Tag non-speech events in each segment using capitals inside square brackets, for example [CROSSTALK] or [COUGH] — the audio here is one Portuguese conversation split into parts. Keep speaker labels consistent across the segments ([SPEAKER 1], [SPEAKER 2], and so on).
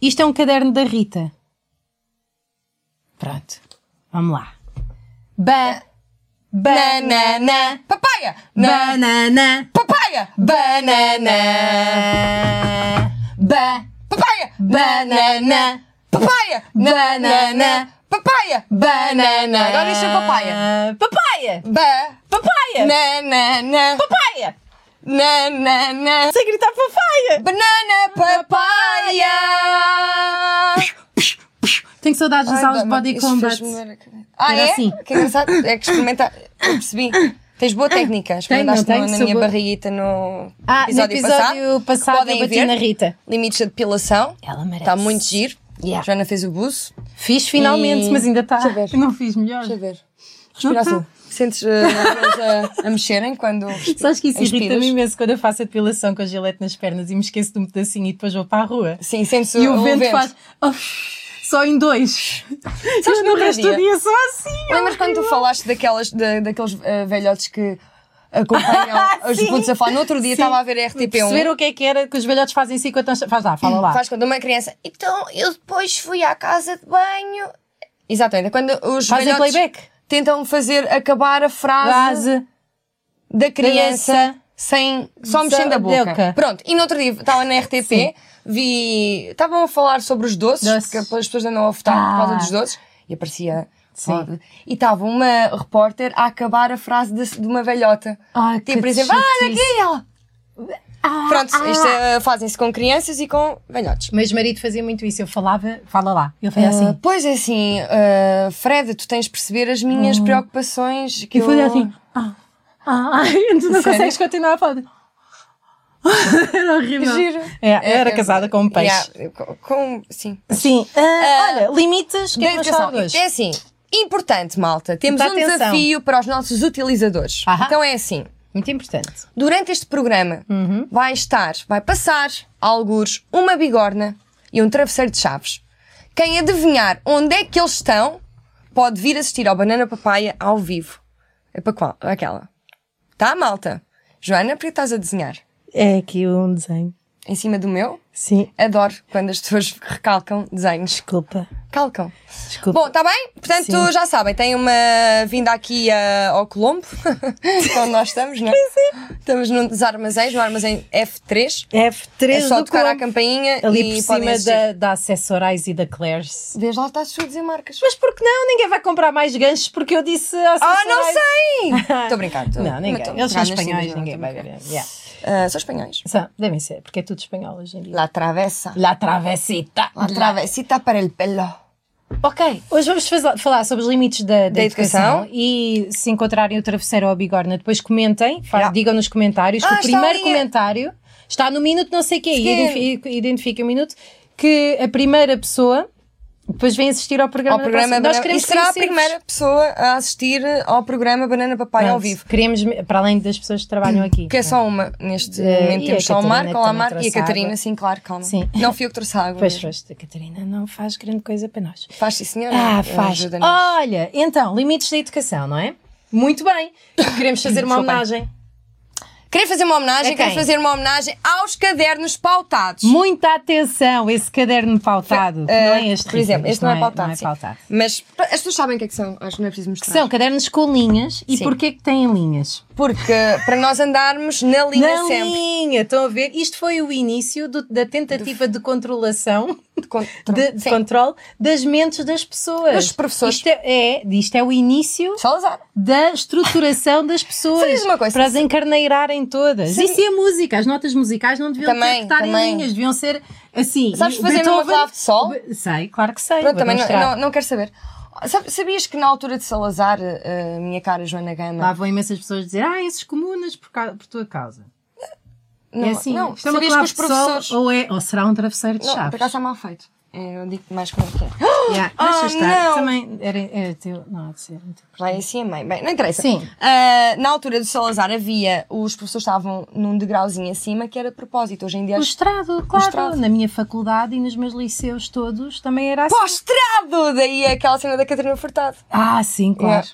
[SPEAKER 1] Isto é um caderno da Rita. Pronto. Vamos lá. Ba.
[SPEAKER 2] Banana. Papaya. Na-
[SPEAKER 1] Banana.
[SPEAKER 2] Papaya. Banana. Ba. Papaya. Banana. Papaya. Banana. Papaya. Banana. Agora isto é papaya.
[SPEAKER 1] Papaya.
[SPEAKER 2] Ba.
[SPEAKER 1] Papaya.
[SPEAKER 2] Banana.
[SPEAKER 1] Papaya.
[SPEAKER 2] Banana.
[SPEAKER 1] Sem gritar papaya.
[SPEAKER 2] Banana papaya.
[SPEAKER 1] Tenho saudades das aulas de body combat.
[SPEAKER 2] Ah,
[SPEAKER 1] Era
[SPEAKER 2] é?
[SPEAKER 1] assim.
[SPEAKER 2] Que engraçado. É que experimenta. Eu percebi. Tens boa técnica. Experimentaste
[SPEAKER 1] tenho,
[SPEAKER 2] no- na
[SPEAKER 1] sou
[SPEAKER 2] minha
[SPEAKER 1] boa.
[SPEAKER 2] barriguita no
[SPEAKER 1] Ah, no
[SPEAKER 2] episódio,
[SPEAKER 1] episódio
[SPEAKER 2] passado.
[SPEAKER 1] passado
[SPEAKER 2] Podem
[SPEAKER 1] eu bati
[SPEAKER 2] ver.
[SPEAKER 1] na Rita.
[SPEAKER 2] Limites da depilação.
[SPEAKER 1] Ela merece.
[SPEAKER 2] Está muito giro.
[SPEAKER 1] Yeah.
[SPEAKER 2] Joana fez o buço.
[SPEAKER 1] Fiz finalmente,
[SPEAKER 2] E-
[SPEAKER 1] mas ainda está.
[SPEAKER 2] Deixa eu ver.
[SPEAKER 1] Não fiz melhor.
[SPEAKER 2] Deixa eu ver.
[SPEAKER 1] tá.
[SPEAKER 2] Respiração. Sentes eh, as mãos a, a mexerem quando.
[SPEAKER 1] [LAUGHS] Sabes que isso
[SPEAKER 2] inspiras?
[SPEAKER 1] irrita-me imenso quando eu faço a depilação com a gilete nas pernas e me esqueço de um pedacinho e depois vou para a rua.
[SPEAKER 2] Sim, sentes
[SPEAKER 1] e o, vento, faz. Oh, só em dois.
[SPEAKER 2] Sabes
[SPEAKER 1] Eu
[SPEAKER 2] que
[SPEAKER 1] no
[SPEAKER 2] outro
[SPEAKER 1] resto
[SPEAKER 2] dia- Tipo,
[SPEAKER 1] do dia só assim.
[SPEAKER 2] Lembras quando tu falaste daquelas, da- daqueles eh, velhotes que
[SPEAKER 1] [LAUGHS]
[SPEAKER 2] acompanham os
[SPEAKER 1] Ah, Sim.
[SPEAKER 2] putos a falar? No outro dia
[SPEAKER 1] Sim.
[SPEAKER 2] estava a ver a RTP1.
[SPEAKER 1] Perceberam o que é que era que os velhotes fazem assim quando estão. Faz lá, fala lá.
[SPEAKER 2] Faz quando uma criança. Então eu depois fui à casa de banho. Exatamente. é Quando os
[SPEAKER 1] Fazem
[SPEAKER 2] velhotes
[SPEAKER 1] playback.
[SPEAKER 2] tentam fazer acabar a frase
[SPEAKER 1] Frase.
[SPEAKER 2] da criança
[SPEAKER 1] criança.
[SPEAKER 2] sem só
[SPEAKER 1] Só
[SPEAKER 2] mexendo a boca.
[SPEAKER 1] boca.
[SPEAKER 2] Pronto, e no outro dia estava na RTP,
[SPEAKER 1] Sim.
[SPEAKER 2] vi. Estavam a falar sobre os doces,
[SPEAKER 1] Doces.
[SPEAKER 2] porque as pessoas andam a votar por causa
[SPEAKER 1] Ah.
[SPEAKER 2] dos doces. E aparecia.
[SPEAKER 1] Sim.
[SPEAKER 2] E estava uma repórter a acabar a frase de, de uma velhota.
[SPEAKER 1] Ai,
[SPEAKER 2] tipo,
[SPEAKER 1] que
[SPEAKER 2] por exemplo, olha aqui
[SPEAKER 1] chatice. Ah,
[SPEAKER 2] ela. Pronto, isto eh, fazem-se com crianças e com velhotes.
[SPEAKER 1] O meu ex-marido fazia muito isso. Eu falava, fala lá. Ele fazia
[SPEAKER 2] Ah,
[SPEAKER 1] assim.
[SPEAKER 2] pois é assim, ah, Fred, tu tens de perceber as minhas preocupações que
[SPEAKER 1] Hum. E
[SPEAKER 2] eu...
[SPEAKER 1] fazia assim. Ah, ah, [LAUGHS] ai, tu não
[SPEAKER 2] Sério?
[SPEAKER 1] consegues continuar a falar. [LAUGHS] Era horrível.
[SPEAKER 2] Giro.
[SPEAKER 1] É, eu era casada com um peixe.
[SPEAKER 2] Yeah, com, com- sim.
[SPEAKER 1] Sim. Ah, olha, limites. O que é que nós
[SPEAKER 2] Dedicação.
[SPEAKER 1] falamos hoje?
[SPEAKER 2] É assim, importante, malta. Temos
[SPEAKER 1] Muita
[SPEAKER 2] um
[SPEAKER 1] atenção.
[SPEAKER 2] desafio para os nossos utilizadores.
[SPEAKER 1] Ahá.
[SPEAKER 2] Então é assim,
[SPEAKER 1] Muito importante.
[SPEAKER 2] durante este programa vai estar, vai passar, algures, uma bigorna e um travesseiro de chaves. Quem adivinhar onde é que eles estão pode vir assistir ao Banana Papaya ao vivo. É para qual? Aquela. Tá, malta? Joana, por que estás a desenhar?
[SPEAKER 1] É aqui um desenho.
[SPEAKER 2] Em cima do meu?
[SPEAKER 1] Sim,
[SPEAKER 2] Adoro quando as pessoas [LAUGHS] recalcam desenhos.
[SPEAKER 1] desculpa.
[SPEAKER 2] Calcam.
[SPEAKER 1] Desculpa.
[SPEAKER 2] Bom, está bem? Portanto,
[SPEAKER 1] Sim.
[SPEAKER 2] já sabem, tem uma vinda aqui ah, ao Colombo, [LAUGHS] onde nós estamos, não é? Estamos num dos armazéns, no armazém F3.
[SPEAKER 1] F3
[SPEAKER 2] É só
[SPEAKER 1] do
[SPEAKER 2] tocar à
[SPEAKER 1] Colombo.
[SPEAKER 2] campainha
[SPEAKER 1] Ali
[SPEAKER 2] e
[SPEAKER 1] por
[SPEAKER 2] podem
[SPEAKER 1] cima
[SPEAKER 2] assistir.
[SPEAKER 1] da, da Acessorais e da Claire's.
[SPEAKER 2] Vês lá, estás tu a dizer marcas.
[SPEAKER 1] Mas por que não? Ninguém vai comprar mais ganchos porque eu disse
[SPEAKER 2] Ah,
[SPEAKER 1] Acessorais.
[SPEAKER 2] não sei!
[SPEAKER 1] [LAUGHS]
[SPEAKER 2] Então, Estou a brincar. tô-
[SPEAKER 1] Não, ninguém.
[SPEAKER 2] mas tô-
[SPEAKER 1] Eles são
[SPEAKER 2] tô a brincar,
[SPEAKER 1] espanhóis,
[SPEAKER 2] não,
[SPEAKER 1] ninguém
[SPEAKER 2] tô a
[SPEAKER 1] vai
[SPEAKER 2] brincar.
[SPEAKER 1] ver. Yeah.
[SPEAKER 2] Ah, são espanhóis.
[SPEAKER 1] São- Devem ser, porque é tudo espanhol hoje em dia.
[SPEAKER 2] La travessa.
[SPEAKER 1] La travesita.
[SPEAKER 2] La travessita para el pelo.
[SPEAKER 1] Ok, hoje vamos fazer- falar sobre os limites da, da
[SPEAKER 2] Da educação.
[SPEAKER 1] educação. e se encontrarem o travesseiro ou a bigorna, depois comentem, fa-
[SPEAKER 2] Yeah.
[SPEAKER 1] digam nos comentários que
[SPEAKER 2] Ah,
[SPEAKER 1] o
[SPEAKER 2] está
[SPEAKER 1] primeiro
[SPEAKER 2] ali.
[SPEAKER 1] comentário está no minuto, não sei o que é,
[SPEAKER 2] Sim.
[SPEAKER 1] identifiquem identifica o minuto, que a primeira pessoa depois vem assistir ao programa.
[SPEAKER 2] Ao
[SPEAKER 1] da
[SPEAKER 2] programa
[SPEAKER 1] próxima- Nós
[SPEAKER 2] Banana... E
[SPEAKER 1] queremos
[SPEAKER 2] será a
[SPEAKER 1] conhecer-vos.
[SPEAKER 2] primeira pessoa a assistir ao programa Banana Papai ao
[SPEAKER 1] Pronto,
[SPEAKER 2] vivo.
[SPEAKER 1] Queremos, me- para além das pessoas que trabalham aqui.
[SPEAKER 2] Que é só uma. Neste
[SPEAKER 1] Eh,
[SPEAKER 2] momento
[SPEAKER 1] e
[SPEAKER 2] temos
[SPEAKER 1] a
[SPEAKER 2] só o
[SPEAKER 1] Catarina
[SPEAKER 2] Marco,
[SPEAKER 1] que
[SPEAKER 2] olá
[SPEAKER 1] também
[SPEAKER 2] Marco e a
[SPEAKER 1] trouxe
[SPEAKER 2] Catarina,
[SPEAKER 1] água.
[SPEAKER 2] sim, claro, calma.
[SPEAKER 1] Sim.
[SPEAKER 2] Não fui eu que trouxe a água.
[SPEAKER 1] Pois,
[SPEAKER 2] mesmo.
[SPEAKER 1] pois, a Catarina não faz grande coisa para nós.
[SPEAKER 2] Faz sim, senhora.
[SPEAKER 1] Ah,
[SPEAKER 2] Eh,
[SPEAKER 1] faz.
[SPEAKER 2] ajuda-nos.
[SPEAKER 1] Olha, então, limites da educação, não é? Muito bem. Queremos fazer
[SPEAKER 2] [LAUGHS]
[SPEAKER 1] uma
[SPEAKER 2] Desculpa.
[SPEAKER 1] homenagem.
[SPEAKER 2] Queria fazer uma homenagem,
[SPEAKER 1] A
[SPEAKER 2] queria
[SPEAKER 1] É quem?
[SPEAKER 2] fazer uma homenagem aos cadernos pautados.
[SPEAKER 1] Muita atenção, esse caderno pautado.
[SPEAKER 2] Eh,
[SPEAKER 1] não é este,
[SPEAKER 2] Por exemplo,
[SPEAKER 1] Rita,
[SPEAKER 2] este não é, pautado.
[SPEAKER 1] Não é
[SPEAKER 2] sim.
[SPEAKER 1] pautado.
[SPEAKER 2] Mas as pessoas sabem o que é que são, acho que não é preciso mostrar.
[SPEAKER 1] São cadernos com linhas. E
[SPEAKER 2] Sim.
[SPEAKER 1] porquê que têm linhas?
[SPEAKER 2] Porque para nós andarmos na linha
[SPEAKER 1] Na
[SPEAKER 2] sempre.
[SPEAKER 1] linha, estão a ver? Isto foi o início do- da tentativa de controlação,
[SPEAKER 2] De contra-
[SPEAKER 1] de, de
[SPEAKER 2] Sim.
[SPEAKER 1] controle das mentes das pessoas.
[SPEAKER 2] Dos professores.
[SPEAKER 1] Isto é, é, isto é o início
[SPEAKER 2] Salazar.
[SPEAKER 1] da estruturação
[SPEAKER 2] [LAUGHS]
[SPEAKER 1] das pessoas
[SPEAKER 2] Sabes uma coisa?
[SPEAKER 1] para as encarneirarem todas.
[SPEAKER 2] Sim.
[SPEAKER 1] Isso é música, as notas musicais não deviam
[SPEAKER 2] Também,
[SPEAKER 1] ter que estar
[SPEAKER 2] também.
[SPEAKER 1] em linhas, deviam ser assim.
[SPEAKER 2] Sabes
[SPEAKER 1] E
[SPEAKER 2] fazer numa
[SPEAKER 1] Beethoven-
[SPEAKER 2] clave de sol?
[SPEAKER 1] Be- Sei, claro que sei.
[SPEAKER 2] Pronto,
[SPEAKER 1] vou
[SPEAKER 2] também não,
[SPEAKER 1] mostrar.
[SPEAKER 2] não, não quero saber. Sabe- Sabias que na altura de Salazar, eh, a minha cara Joana Gama,
[SPEAKER 1] Lá vão imensas pessoas dizer, ah, esses comunas por, cau- por tua causa.
[SPEAKER 2] não,
[SPEAKER 1] é assim,
[SPEAKER 2] não,
[SPEAKER 1] isto é uma
[SPEAKER 2] sabias que
[SPEAKER 1] clave
[SPEAKER 2] os
[SPEAKER 1] de sol,
[SPEAKER 2] professores.
[SPEAKER 1] ou, é, ou será um travesseiro de
[SPEAKER 2] Não, por
[SPEAKER 1] chaves.
[SPEAKER 2] acaso está mal feito. Eu digo mais como é que é.
[SPEAKER 1] Yeah. Deixa
[SPEAKER 2] Oh,
[SPEAKER 1] estar.
[SPEAKER 2] não.
[SPEAKER 1] Também era, era teu. Não, há de ser. não tem problema.
[SPEAKER 2] Lá é assim a mãe. Bem, não interessa.
[SPEAKER 1] Sim.
[SPEAKER 2] Ah, na altura do Salazar havia, os professores estavam num degrauzinho acima, que era de propósito. Hoje em dia.
[SPEAKER 1] O
[SPEAKER 2] Os...
[SPEAKER 1] estrado, claro.
[SPEAKER 2] estrado.
[SPEAKER 1] Na minha faculdade e nos meus liceus todos também era assim.
[SPEAKER 2] Postrado! Daí aquela cena da Catarina Furtado.
[SPEAKER 1] Ah, sim, claro.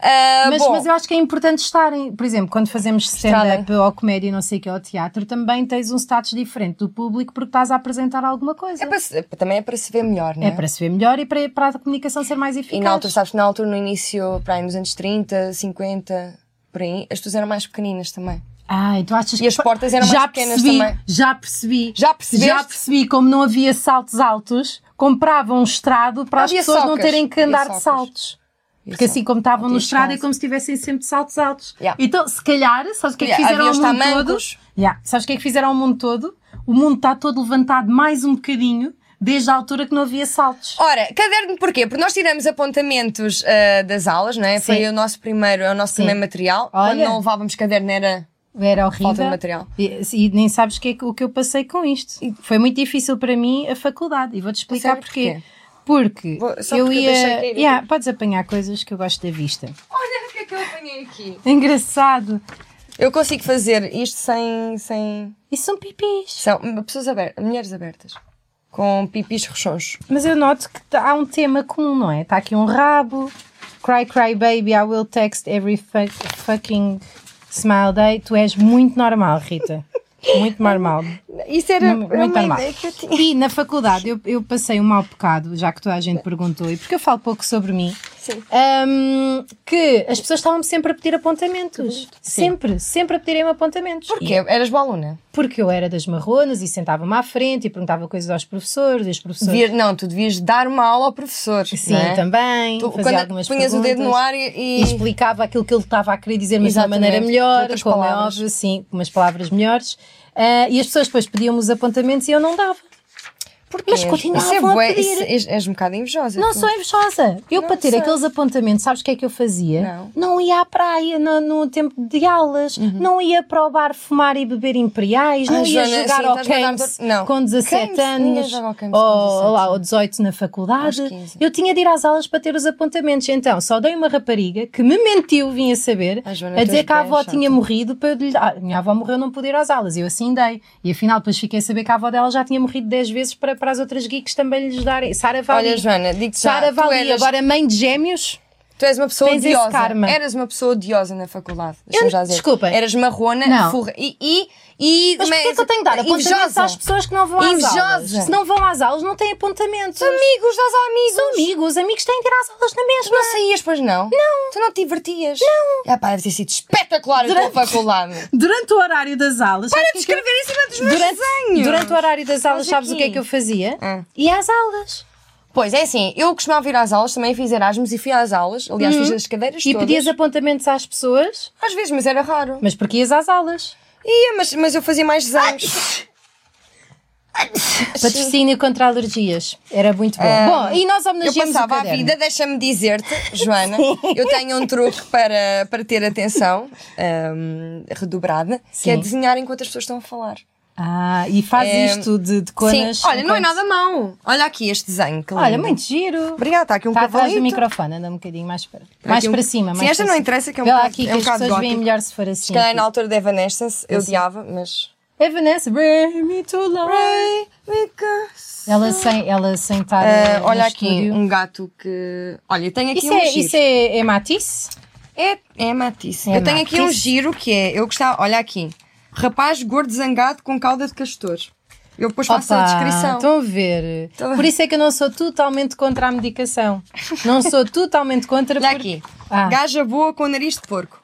[SPEAKER 2] Yeah. Ah,
[SPEAKER 1] Mas,
[SPEAKER 2] bom,
[SPEAKER 1] mas eu acho que é importante estarem, por exemplo, quando fazemos stand-up ou comédia, e não sei o que, ou teatro, também tens um status diferente do público porque estás a apresentar alguma coisa.
[SPEAKER 2] é para se- também é para se ver melhor, não
[SPEAKER 1] É
[SPEAKER 2] é?
[SPEAKER 1] para se ver melhor e para, para a comunicação ser mais eficaz.
[SPEAKER 2] E na altura, sabes, na altura, no início, para aí nos anos 30, 50, por aí, as pessoas eram mais pequeninas também.
[SPEAKER 1] Ai, tu achas
[SPEAKER 2] E as
[SPEAKER 1] que-
[SPEAKER 2] portas eram
[SPEAKER 1] já
[SPEAKER 2] mais pequenas
[SPEAKER 1] percebi,
[SPEAKER 2] também.
[SPEAKER 1] Já percebi.
[SPEAKER 2] Já percebeste?
[SPEAKER 1] Já percebi como não havia saltos altos, compravam um estrado para
[SPEAKER 2] Havia
[SPEAKER 1] as pessoas não
[SPEAKER 2] socas,
[SPEAKER 1] terem que
[SPEAKER 2] havia
[SPEAKER 1] andar de
[SPEAKER 2] socas.
[SPEAKER 1] saltos. Porque
[SPEAKER 2] Isso. um
[SPEAKER 1] assim como estavam
[SPEAKER 2] Havia
[SPEAKER 1] no estrado é
[SPEAKER 2] saltos.
[SPEAKER 1] como se tivessem sempre de saltos altos.
[SPEAKER 2] Yeah.
[SPEAKER 1] Então, se calhar, sabes o que é que
[SPEAKER 2] Yeah,
[SPEAKER 1] fizeram ao
[SPEAKER 2] havia os
[SPEAKER 1] mundo
[SPEAKER 2] tamancos.
[SPEAKER 1] todo? Yeah. Sabes o que é que fizeram ao mundo todo? O mundo está todo levantado mais um bocadinho desde a altura que não havia saltos.
[SPEAKER 2] Ora, caderno porquê? Porque nós tiramos apontamentos ah, das aulas, não é?
[SPEAKER 1] Sim.
[SPEAKER 2] Foi o nosso primeiro, é o nosso primeiro material. Quando
[SPEAKER 1] Olha.
[SPEAKER 2] não levávamos caderno era.
[SPEAKER 1] Era horrível.
[SPEAKER 2] Falta de material.
[SPEAKER 1] E, e nem sabes o que é que- o que eu passei com isto. Foi muito difícil para mim a faculdade. E vou-te explicar
[SPEAKER 2] sério?
[SPEAKER 1] porquê.
[SPEAKER 2] Porquê?
[SPEAKER 1] Porque
[SPEAKER 2] Vou- só
[SPEAKER 1] eu
[SPEAKER 2] porque eu deixei
[SPEAKER 1] ia.
[SPEAKER 2] cair
[SPEAKER 1] yeah, podes apanhar coisas que eu gosto da vista.
[SPEAKER 2] Olha o que é que eu apanhei aqui.
[SPEAKER 1] Engraçado.
[SPEAKER 2] Eu consigo fazer isto sem. sem...
[SPEAKER 1] Isso são pipis.
[SPEAKER 2] São pessoas abertas, mulheres abertas. Com pipis rechonchos.
[SPEAKER 1] Mas eu noto que tá- há um tema comum, não é? Está aqui um rabo. Cry, cry, baby, I will text every fu- fucking smile day. Tu és muito normal,
[SPEAKER 2] [LAUGHS]
[SPEAKER 1] Rita. Muito normal.
[SPEAKER 2] Isso era
[SPEAKER 1] Mu-
[SPEAKER 2] era
[SPEAKER 1] muito
[SPEAKER 2] é uma
[SPEAKER 1] normal.
[SPEAKER 2] ideia que eu tinha.
[SPEAKER 1] E na faculdade eu, eu passei um mau bocado, já que toda a gente perguntou, e porque eu falo pouco sobre mim,
[SPEAKER 2] Sim.
[SPEAKER 1] hum, que as pessoas estavam sempre a pedir apontamentos. Sempre, sempre a pedirem apontamentos.
[SPEAKER 2] Porquê? Eras boa aluna?
[SPEAKER 1] Porque eu era das marronas e sentava-me à frente e perguntava coisas aos professores, e os professores.
[SPEAKER 2] Devias- não, tu devias dar uma aula ao professor.
[SPEAKER 1] Sim,
[SPEAKER 2] não é?
[SPEAKER 1] também.
[SPEAKER 2] Tu,
[SPEAKER 1] fazia
[SPEAKER 2] quando
[SPEAKER 1] algumas
[SPEAKER 2] punhas o dedo no
[SPEAKER 1] perguntas.
[SPEAKER 2] ar
[SPEAKER 1] e
[SPEAKER 2] e. e...
[SPEAKER 1] explicava aquilo que ele estava a querer dizer, mas
[SPEAKER 2] Exatamente,
[SPEAKER 1] de uma maneira melhor,
[SPEAKER 2] outras
[SPEAKER 1] como é
[SPEAKER 2] palavras.
[SPEAKER 1] óbvio, sim, com umas palavras melhores. Ah, e as pessoas depois pediam-me os apontamentos e eu não dava.
[SPEAKER 2] Porquê?
[SPEAKER 1] Mas continuava
[SPEAKER 2] Isso é
[SPEAKER 1] a
[SPEAKER 2] bué-
[SPEAKER 1] pedir.
[SPEAKER 2] isso- és, és um bocado invejosa.
[SPEAKER 1] Não
[SPEAKER 2] tu.
[SPEAKER 1] sou invejosa. Eu,
[SPEAKER 2] Não
[SPEAKER 1] para ter
[SPEAKER 2] sei.
[SPEAKER 1] aqueles apontamentos, sabes o que é que eu fazia?
[SPEAKER 2] Não. Uhum.
[SPEAKER 1] ia à praia no, no tempo de aulas, não ia para o bar fumar e beber imperiais,
[SPEAKER 2] Ah,
[SPEAKER 1] não ia
[SPEAKER 2] Joana,
[SPEAKER 1] jogar
[SPEAKER 2] sim,
[SPEAKER 1] ao
[SPEAKER 2] estás-me a dar
[SPEAKER 1] Keynes
[SPEAKER 2] dor- não.
[SPEAKER 1] com 17
[SPEAKER 2] Keynes? Ninguém
[SPEAKER 1] anos,
[SPEAKER 2] joga ao Keynes com
[SPEAKER 1] ou,
[SPEAKER 2] 17
[SPEAKER 1] lá, ou 18 na faculdade.
[SPEAKER 2] Aos 15.
[SPEAKER 1] Eu tinha de ir às aulas para ter os apontamentos. Então, só dei uma rapariga que me mentiu, vinha saber,
[SPEAKER 2] Ah, Joana,
[SPEAKER 1] a
[SPEAKER 2] tu
[SPEAKER 1] dizer
[SPEAKER 2] és
[SPEAKER 1] que a
[SPEAKER 2] bem
[SPEAKER 1] avó
[SPEAKER 2] chata.
[SPEAKER 1] tinha morrido para eu lhe dar. Ah, minha avó morreu, não pude ir às aulas. Eu assim dei. E afinal, depois fiquei a saber que a avó dela já tinha morrido 10 vezes para, para as outras geeks também lhes darem. Sara Vali.
[SPEAKER 2] Olha, Joana, digo-te já,
[SPEAKER 1] Sara
[SPEAKER 2] Tá, tu
[SPEAKER 1] Vali,
[SPEAKER 2] eras-
[SPEAKER 1] agora é mãe de gêmeos.
[SPEAKER 2] Tu és uma pessoa
[SPEAKER 1] Tens esse
[SPEAKER 2] odiosa.
[SPEAKER 1] karma.
[SPEAKER 2] Eras uma pessoa odiosa na faculdade.
[SPEAKER 1] Eu-
[SPEAKER 2] Deixa-me já dizer.
[SPEAKER 1] desculpa.
[SPEAKER 2] Eras marrona,
[SPEAKER 1] Não.
[SPEAKER 2] furra. E. e, e é
[SPEAKER 1] Mas porquê que eu tenho que dar apontamentos
[SPEAKER 2] invejosa.
[SPEAKER 1] às pessoas que não vão às
[SPEAKER 2] Invejosa.
[SPEAKER 1] aulas? Se não vão às aulas, não têm apontamentos.
[SPEAKER 2] Amigos, dás a amigos.
[SPEAKER 1] São amigos, os amigos têm de ir às aulas na
[SPEAKER 2] Tu
[SPEAKER 1] mesma.
[SPEAKER 2] não saías, pois não? Não. Tu não te divertias? Não. Ah, pá, deve ter sido espetacular a tua [LAUGHS] faculdade.
[SPEAKER 1] Durante o horário das aulas.
[SPEAKER 2] Para de escrever em cima dos meus
[SPEAKER 1] durante,
[SPEAKER 2] desenhos.
[SPEAKER 1] durante o horário das aulas, sabes o que é
[SPEAKER 2] aqui.
[SPEAKER 1] que eu fazia?
[SPEAKER 2] Ah.
[SPEAKER 1] Ia às aulas.
[SPEAKER 2] Pois é, assim, eu costumava ir às aulas, também fiz Erasmus e fui às aulas. Aliás, fiz as cadeiras
[SPEAKER 1] E
[SPEAKER 2] todas.
[SPEAKER 1] pedias apontamentos às pessoas,
[SPEAKER 2] Às vezes, mas era raro.
[SPEAKER 1] mas porque ias às aulas.
[SPEAKER 2] Ia, mas, mas eu fazia mais desenhos.
[SPEAKER 1] Patrocínio contra alergias. Era muito bom. bom, e nós
[SPEAKER 2] Ah, Eu
[SPEAKER 1] homenageamos o
[SPEAKER 2] passava a
[SPEAKER 1] caderno.
[SPEAKER 2] vida, deixa-me dizer-te, [LAUGHS] Joana, eu tenho um truque para, para ter atenção hum, redobrada, que é
[SPEAKER 1] Sim.
[SPEAKER 2] desenhar enquanto as pessoas estão a falar.
[SPEAKER 1] Ah, e faz
[SPEAKER 2] É,
[SPEAKER 1] isto de, de conas.
[SPEAKER 2] Sim, olha, não é
[SPEAKER 1] enquanto-
[SPEAKER 2] nada mau. Olha aqui este desenho, que lindo.
[SPEAKER 1] Olha, muito giro.
[SPEAKER 2] Obrigada, está aqui um
[SPEAKER 1] Está atrás do
[SPEAKER 2] cavalito.
[SPEAKER 1] microfone, anda um bocadinho mais para,
[SPEAKER 2] Está
[SPEAKER 1] mais
[SPEAKER 2] aqui um-
[SPEAKER 1] para cima.
[SPEAKER 2] Sim,
[SPEAKER 1] mais
[SPEAKER 2] esta
[SPEAKER 1] para
[SPEAKER 2] não
[SPEAKER 1] cima.
[SPEAKER 2] interessa, que é um
[SPEAKER 1] Vê lá
[SPEAKER 2] bocado-
[SPEAKER 1] aqui
[SPEAKER 2] é
[SPEAKER 1] que
[SPEAKER 2] um
[SPEAKER 1] as
[SPEAKER 2] bocado
[SPEAKER 1] pessoas veem
[SPEAKER 2] gótico.
[SPEAKER 1] melhor Assim. se for assim.
[SPEAKER 2] Se calhar na altura da Evanescence eu odiava, mas...
[SPEAKER 1] É Vanessa, bring me to life. Ela sem, ela sem estar.
[SPEAKER 2] Ah,
[SPEAKER 1] eh, no
[SPEAKER 2] olha aqui
[SPEAKER 1] estúdio.
[SPEAKER 2] um gato que. Olha, eu tenho aqui
[SPEAKER 1] Isso,
[SPEAKER 2] um
[SPEAKER 1] é,
[SPEAKER 2] giro.
[SPEAKER 1] isso é, é Matisse?
[SPEAKER 2] É, é Matisse.
[SPEAKER 1] É
[SPEAKER 2] eu tenho aqui um
[SPEAKER 1] Matisse.
[SPEAKER 2] giro que é. Eu gostava. Olha aqui. Rapaz gordo zangado com cauda de castor. Eu depois faço a
[SPEAKER 1] Opa, então,
[SPEAKER 2] descrição.
[SPEAKER 1] Estão a ver.
[SPEAKER 2] Estão-
[SPEAKER 1] Por isso é que eu não sou totalmente contra a medicação. Não sou totalmente contra.
[SPEAKER 2] Olha
[SPEAKER 1] porque-
[SPEAKER 2] aqui.
[SPEAKER 1] Ah.
[SPEAKER 2] Gaja boa com nariz de porco.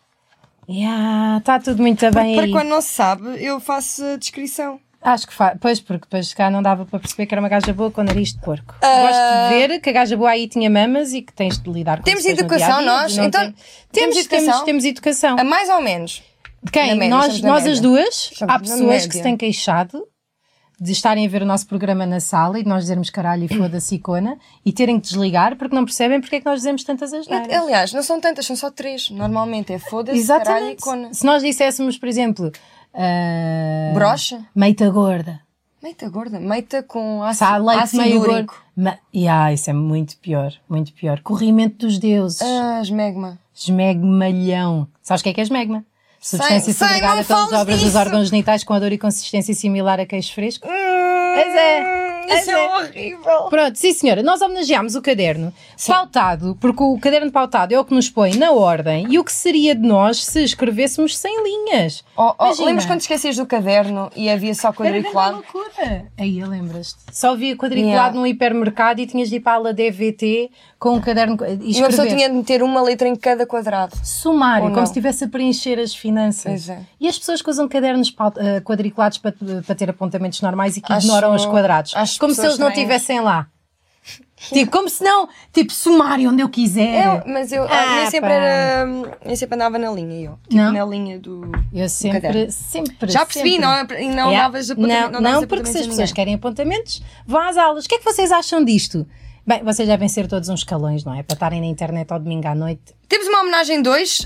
[SPEAKER 1] Yeah, Está tudo muito bem
[SPEAKER 2] Para
[SPEAKER 1] aí.
[SPEAKER 2] quando não se sabe, eu faço a descrição.
[SPEAKER 1] Acho que faz. Pois, porque depois cá não dava para perceber que era uma gaja boa com nariz de porco. Gosto de ver que a gaja boa aí tinha mamas e que tens de lidar com
[SPEAKER 2] Ah. Temos
[SPEAKER 1] pessoas no
[SPEAKER 2] educação,
[SPEAKER 1] dia-a-dia,
[SPEAKER 2] nós?
[SPEAKER 1] não
[SPEAKER 2] Então,
[SPEAKER 1] tem-
[SPEAKER 2] temos
[SPEAKER 1] temos, temos,
[SPEAKER 2] educação?
[SPEAKER 1] temos educação.
[SPEAKER 2] A mais ou menos.
[SPEAKER 1] De
[SPEAKER 2] na
[SPEAKER 1] quem?
[SPEAKER 2] média,
[SPEAKER 1] nós
[SPEAKER 2] estamos na
[SPEAKER 1] nós
[SPEAKER 2] média.
[SPEAKER 1] as duas,
[SPEAKER 2] Estamos
[SPEAKER 1] há
[SPEAKER 2] na
[SPEAKER 1] pessoas que
[SPEAKER 2] média.
[SPEAKER 1] se têm queixado de estarem a ver o nosso programa na sala e de nós dizermos caralho e
[SPEAKER 2] [COUGHS]
[SPEAKER 1] foda-se icona e terem que desligar porque não percebem porque é que nós dizemos tantas asneiras.
[SPEAKER 2] Aliás, não são tantas, são só três. Normalmente é foda-se, caralho e
[SPEAKER 1] Exatamente.
[SPEAKER 2] cona.
[SPEAKER 1] Se nós disséssemos, por exemplo, ah,
[SPEAKER 2] Brocha?
[SPEAKER 1] meita gorda.
[SPEAKER 2] Meita gorda, meita com
[SPEAKER 1] Se há
[SPEAKER 2] ácido,
[SPEAKER 1] Tá, leite
[SPEAKER 2] ácido
[SPEAKER 1] meio
[SPEAKER 2] úrico.
[SPEAKER 1] gordo. Ma- Yeah, isso é muito pior, muito pior. Corrimento dos deuses.
[SPEAKER 2] Ah, esmegma.
[SPEAKER 1] Esmegmalhão. Sabes o que é que é esmegma? Substância
[SPEAKER 2] Sei, sei,
[SPEAKER 1] segregada
[SPEAKER 2] não
[SPEAKER 1] pelas
[SPEAKER 2] fales
[SPEAKER 1] obras dos
[SPEAKER 2] disso.
[SPEAKER 1] órgãos genitais com odor e consistência similar a queijo fresco.
[SPEAKER 2] Pois
[SPEAKER 1] é, pois
[SPEAKER 2] Isso é
[SPEAKER 1] é.
[SPEAKER 2] horrível.
[SPEAKER 1] Pronto, sim senhora, nós homenageámos o caderno pautado, porque o caderno pautado é o que nos põe na ordem e o que seria de nós se escrevêssemos sem linhas.
[SPEAKER 2] Oh, oh,
[SPEAKER 1] Imagina.
[SPEAKER 2] lembras quando te esquecias do caderno e havia só
[SPEAKER 1] Era grande
[SPEAKER 2] quadriculado?
[SPEAKER 1] loucura. Aí lembras-te. Só via quadriculado
[SPEAKER 2] Yeah.
[SPEAKER 1] num hipermercado e tinhas de ir para a ala DVT com um caderno e
[SPEAKER 2] E uma pessoa
[SPEAKER 1] escrever.
[SPEAKER 2] tinha de meter uma letra em cada quadrado.
[SPEAKER 1] Sumário,
[SPEAKER 2] Ou
[SPEAKER 1] como
[SPEAKER 2] não.
[SPEAKER 1] se estivesse a preencher as
[SPEAKER 2] Pois
[SPEAKER 1] finanças.
[SPEAKER 2] é.
[SPEAKER 1] E as pessoas que usam cadernos pau- eh, quadriculados para, para ter apontamentos normais e que
[SPEAKER 2] Acho-
[SPEAKER 1] ignoram os quadrados.
[SPEAKER 2] acho
[SPEAKER 1] como se
[SPEAKER 2] pessoas
[SPEAKER 1] eles não
[SPEAKER 2] estranhas.
[SPEAKER 1] estivessem
[SPEAKER 2] [LAUGHS]
[SPEAKER 1] lá. Tipo, como se não, tipo, sumário onde eu quiser.
[SPEAKER 2] Eu, mas eu,
[SPEAKER 1] Ah,
[SPEAKER 2] eu sempre
[SPEAKER 1] pá.
[SPEAKER 2] era. Eu sempre andava na linha, eu. Tipo,
[SPEAKER 1] Não?
[SPEAKER 2] na linha do.
[SPEAKER 1] Eu, sempre,
[SPEAKER 2] caderno.
[SPEAKER 1] sempre.
[SPEAKER 2] Já percebi,
[SPEAKER 1] sempre.
[SPEAKER 2] não, é? e não
[SPEAKER 1] Yeah.
[SPEAKER 2] davas
[SPEAKER 1] não,
[SPEAKER 2] apontamento-
[SPEAKER 1] não,
[SPEAKER 2] davas
[SPEAKER 1] porque se
[SPEAKER 2] apontamentos
[SPEAKER 1] as
[SPEAKER 2] a
[SPEAKER 1] pessoas
[SPEAKER 2] ninguém.
[SPEAKER 1] querem apontamentos, vá às aulas. O que é que vocês acham disto? Bem, vocês devem ser todos uns calões, não é? Para estarem na internet ao domingo à noite.
[SPEAKER 2] Temos uma homenagem 2,